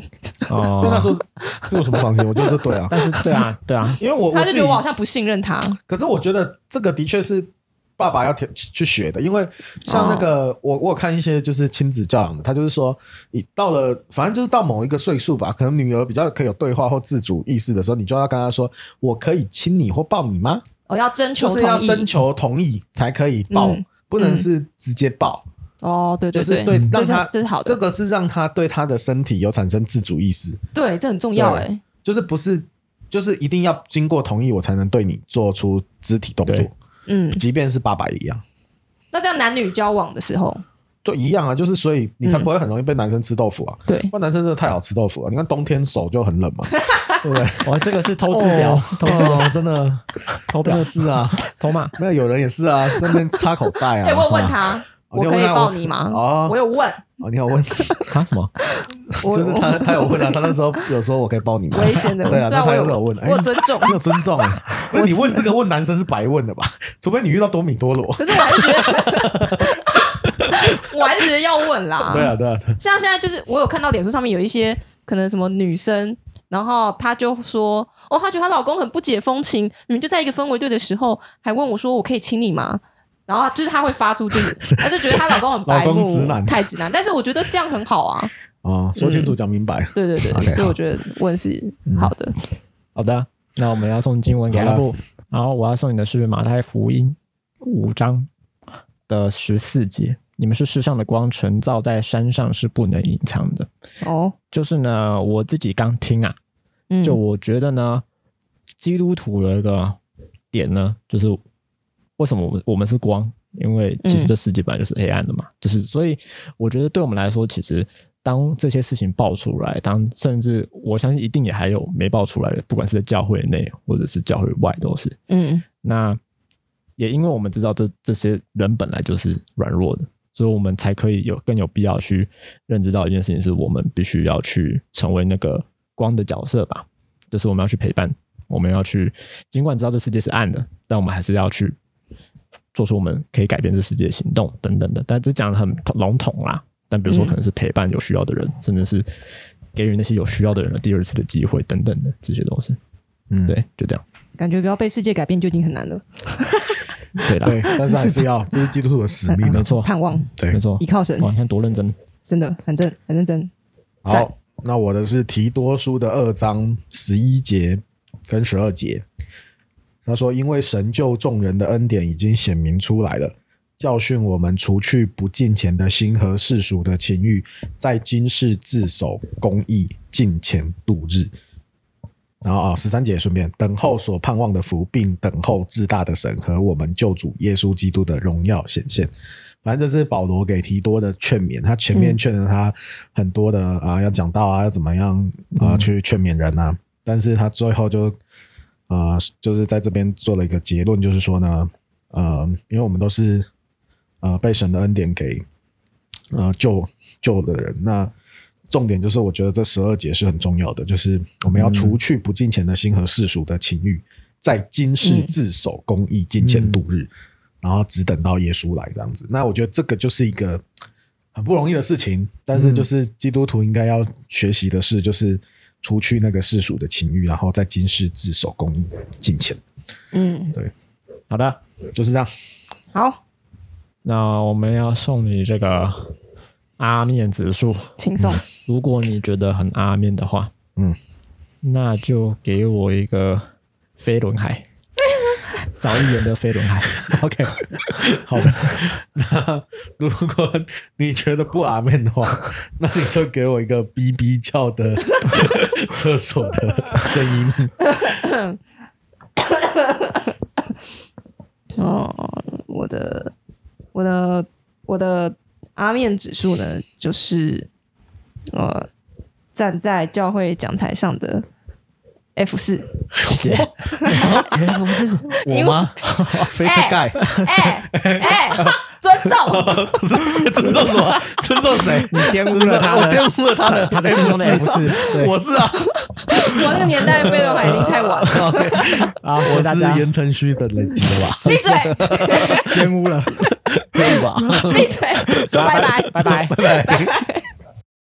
S3: 哦
S1: 跟他说这有什么伤心？我觉得这对啊，
S3: 但是对啊，对啊，
S1: 因为我
S2: 他
S1: 我
S2: 就
S1: 自
S2: 觉
S1: 己
S2: 得我好像不信任他。
S1: 可是我觉得这个的确是爸爸要调去学的，因为像那
S2: 哦
S1: 个、我我有看一些就是亲子教养的，他就是说，你到了反正就是到某一个岁数吧，可能女儿比较可以有对话或自主意识的时候，你就要跟她说，我可以亲你或抱你吗？
S2: 我、哦要征求
S1: 就是要
S2: 同意
S1: 征求同意才可以抱，
S2: 嗯
S1: 不能是直接抱，
S2: 哦，对对
S1: 就
S2: 对，
S1: 是对
S2: 这
S1: 让
S2: 是
S1: 他
S2: 这是好的，
S1: 这个是让他对他的身体有产生自主意识，
S2: 对这很重要
S1: 对
S2: 哎、
S1: 就是不是就是一定要经过同意我才能对你做出肢体动作
S3: 对，
S2: 嗯，
S1: 即便是爸爸也一样。
S2: 那这样男女交往的时候，
S1: 就一样啊，就是所以你才不会很容易被男生吃豆腐啊。
S2: 对
S1: 不然男生真的太好吃豆腐了。你看冬天手就很冷嘛，对不对？
S3: 哇，这个是偷治疗
S1: 哦，
S3: 偷治疗，
S1: 真的
S3: 偷
S1: 真
S3: 表
S1: 的，是啊，
S3: 偷骂，
S1: 没有有人也是啊，在那边插口袋啊。
S2: 哎、我有问他，
S1: 哦
S2: 我
S1: 你有
S2: 可
S1: 问
S2: 以
S1: 他
S2: 抱
S1: 我
S2: 你吗？
S1: 哦
S2: 我有问，
S1: 哦，你有问，
S3: 啊什么？
S2: 我
S1: 就是他他有问啊，他那时候有说我可以抱你吗
S2: 我？危险的问，
S1: 对啊，那
S2: 我
S1: 他
S2: 有
S1: 有有问，哎
S2: 我有尊 重，
S1: 你有尊 重啊？不是你问这个问男生是白问的吧？除非你遇到多米多罗。
S2: 可是我还是觉得， 我还是觉得要问啦。
S1: 对啊，对啊，对啊
S2: 像现在就是我有看到脸书上面有一些可能什么女生，然后她就说，哦，她觉得她老公很不解风情，你们就在一个氛围对的时候，还问我说我可以亲你吗？然后就是她会发出就是， 她就觉得她老公很白
S1: 老公
S2: 目，
S1: 直男
S2: 太直男。但是我觉得这样很好啊，
S1: 哦，说清楚讲明白。
S2: 对对对
S1: OK，
S2: 所以我觉得问是好的。
S3: 好的，那我们要送经文给阿布，然后我要送你的是马太福音五章的十四节：你们是世上的光，晨照在山上是不能隐藏的。
S2: 哦，
S3: 就是呢，我自己刚听啊，
S2: 嗯，
S3: 就我觉得呢，基督徒有一个点呢，就是为什么我们我们是光？因为其实这世界本来就是黑暗的嘛，就是所以我觉得对我们来说，其实当这些事情爆出来，当甚至我相信一定也还有没爆出来的，不管是在教会内或者是教会外都是。
S2: 嗯
S3: 那也因为我们知道这这些人本来就是软弱的，所以我们才可以有更有必要去认知到一件事情，是我们必须要去成为那个光的角色吧，就是我们要去陪伴，我们要去，尽管知道这世界是暗的，但我们还是要去做出我们可以改变这世界的行动等等的。但这讲的很笼统啦，但比如说
S2: 嗯
S3: 可能是陪伴有需要的人，甚至是给予那些有需要的人的第二次的机会等等的这些东西。
S1: 嗯
S3: 对，就这样，
S2: 感觉不要被世界改变就已经很难了，
S3: 对啦，嗯
S1: 对，但是还是要，这是基督徒的使命
S3: 没
S1: 呢。
S3: 错，
S2: 盼望
S1: 对
S3: 没，错，
S2: 依靠神
S3: 哇，你看多认真，
S2: 真的很认很认真。赞
S1: 好，那我的是提多书的二章十一节跟十二节。他说：“因为神救众人的恩典已经显明出来了，教训我们除去不敬虔的心和世俗的情欲，在今世自守公义，敬虔度日。”然后啊，十三节顺便等候所盼望的福，并等候至大的神和我们救主耶稣基督的荣耀显现。反正这是保罗给提多的劝勉，他前面劝了他很多的啊、要讲道啊，要怎么样啊、去劝勉人啊，但是他最后就啊、就是在这边做了一个结论，就是说呢，呃，因为我们都是呃被神的恩典给呃救救的人，那重点就是我觉得这十二节是很重要的，就是我们要除去不敬虔的心和世俗的情欲，在今世自守公义，金钱度日，然后只等到耶稣来这样子。那我觉得这个就是一个很不容易的事情，但是就是基督徒应该要学习的是，就是除去那个世俗的情欲，然后在今世自守公义，金钱，
S2: 嗯，
S3: 好的，
S1: 就是这样。
S2: 好，
S3: 那我们要送你这个阿面指数，
S2: 轻松。
S3: 如果你觉得很阿面的话，
S1: 嗯，
S3: 那就给我一个飞轮海，少一元的飞轮海。
S1: OK，好的。那如果你觉得不阿面的话， 那你就给我一个哔哔叫 的厕所的声音。
S2: 哦，我的我的我的阿面指数呢，就是呃，站在教会讲台上的 F 四。
S3: 谢谢。 哎，不是我 吗？
S1: 飞克盖，
S2: 哎哎，尊重，
S1: 不是尊重什么？ 尊重谁？
S3: 你玷污
S1: 真的
S3: 了，他
S1: 我
S3: 的，哎
S1: 玷污了他的
S3: 他的心中的 F 四。对
S1: 我是啊，
S2: 我那个年代被人海已经太晚了。
S3: 啊，
S1: 我
S3: 我大
S1: 是
S3: 家
S1: 言承旭的人级的吧？
S2: 闭嘴，
S3: 玷污了，可以吧？
S2: 闭嘴，说拜拜，
S3: 拜拜。
S2: 拜拜。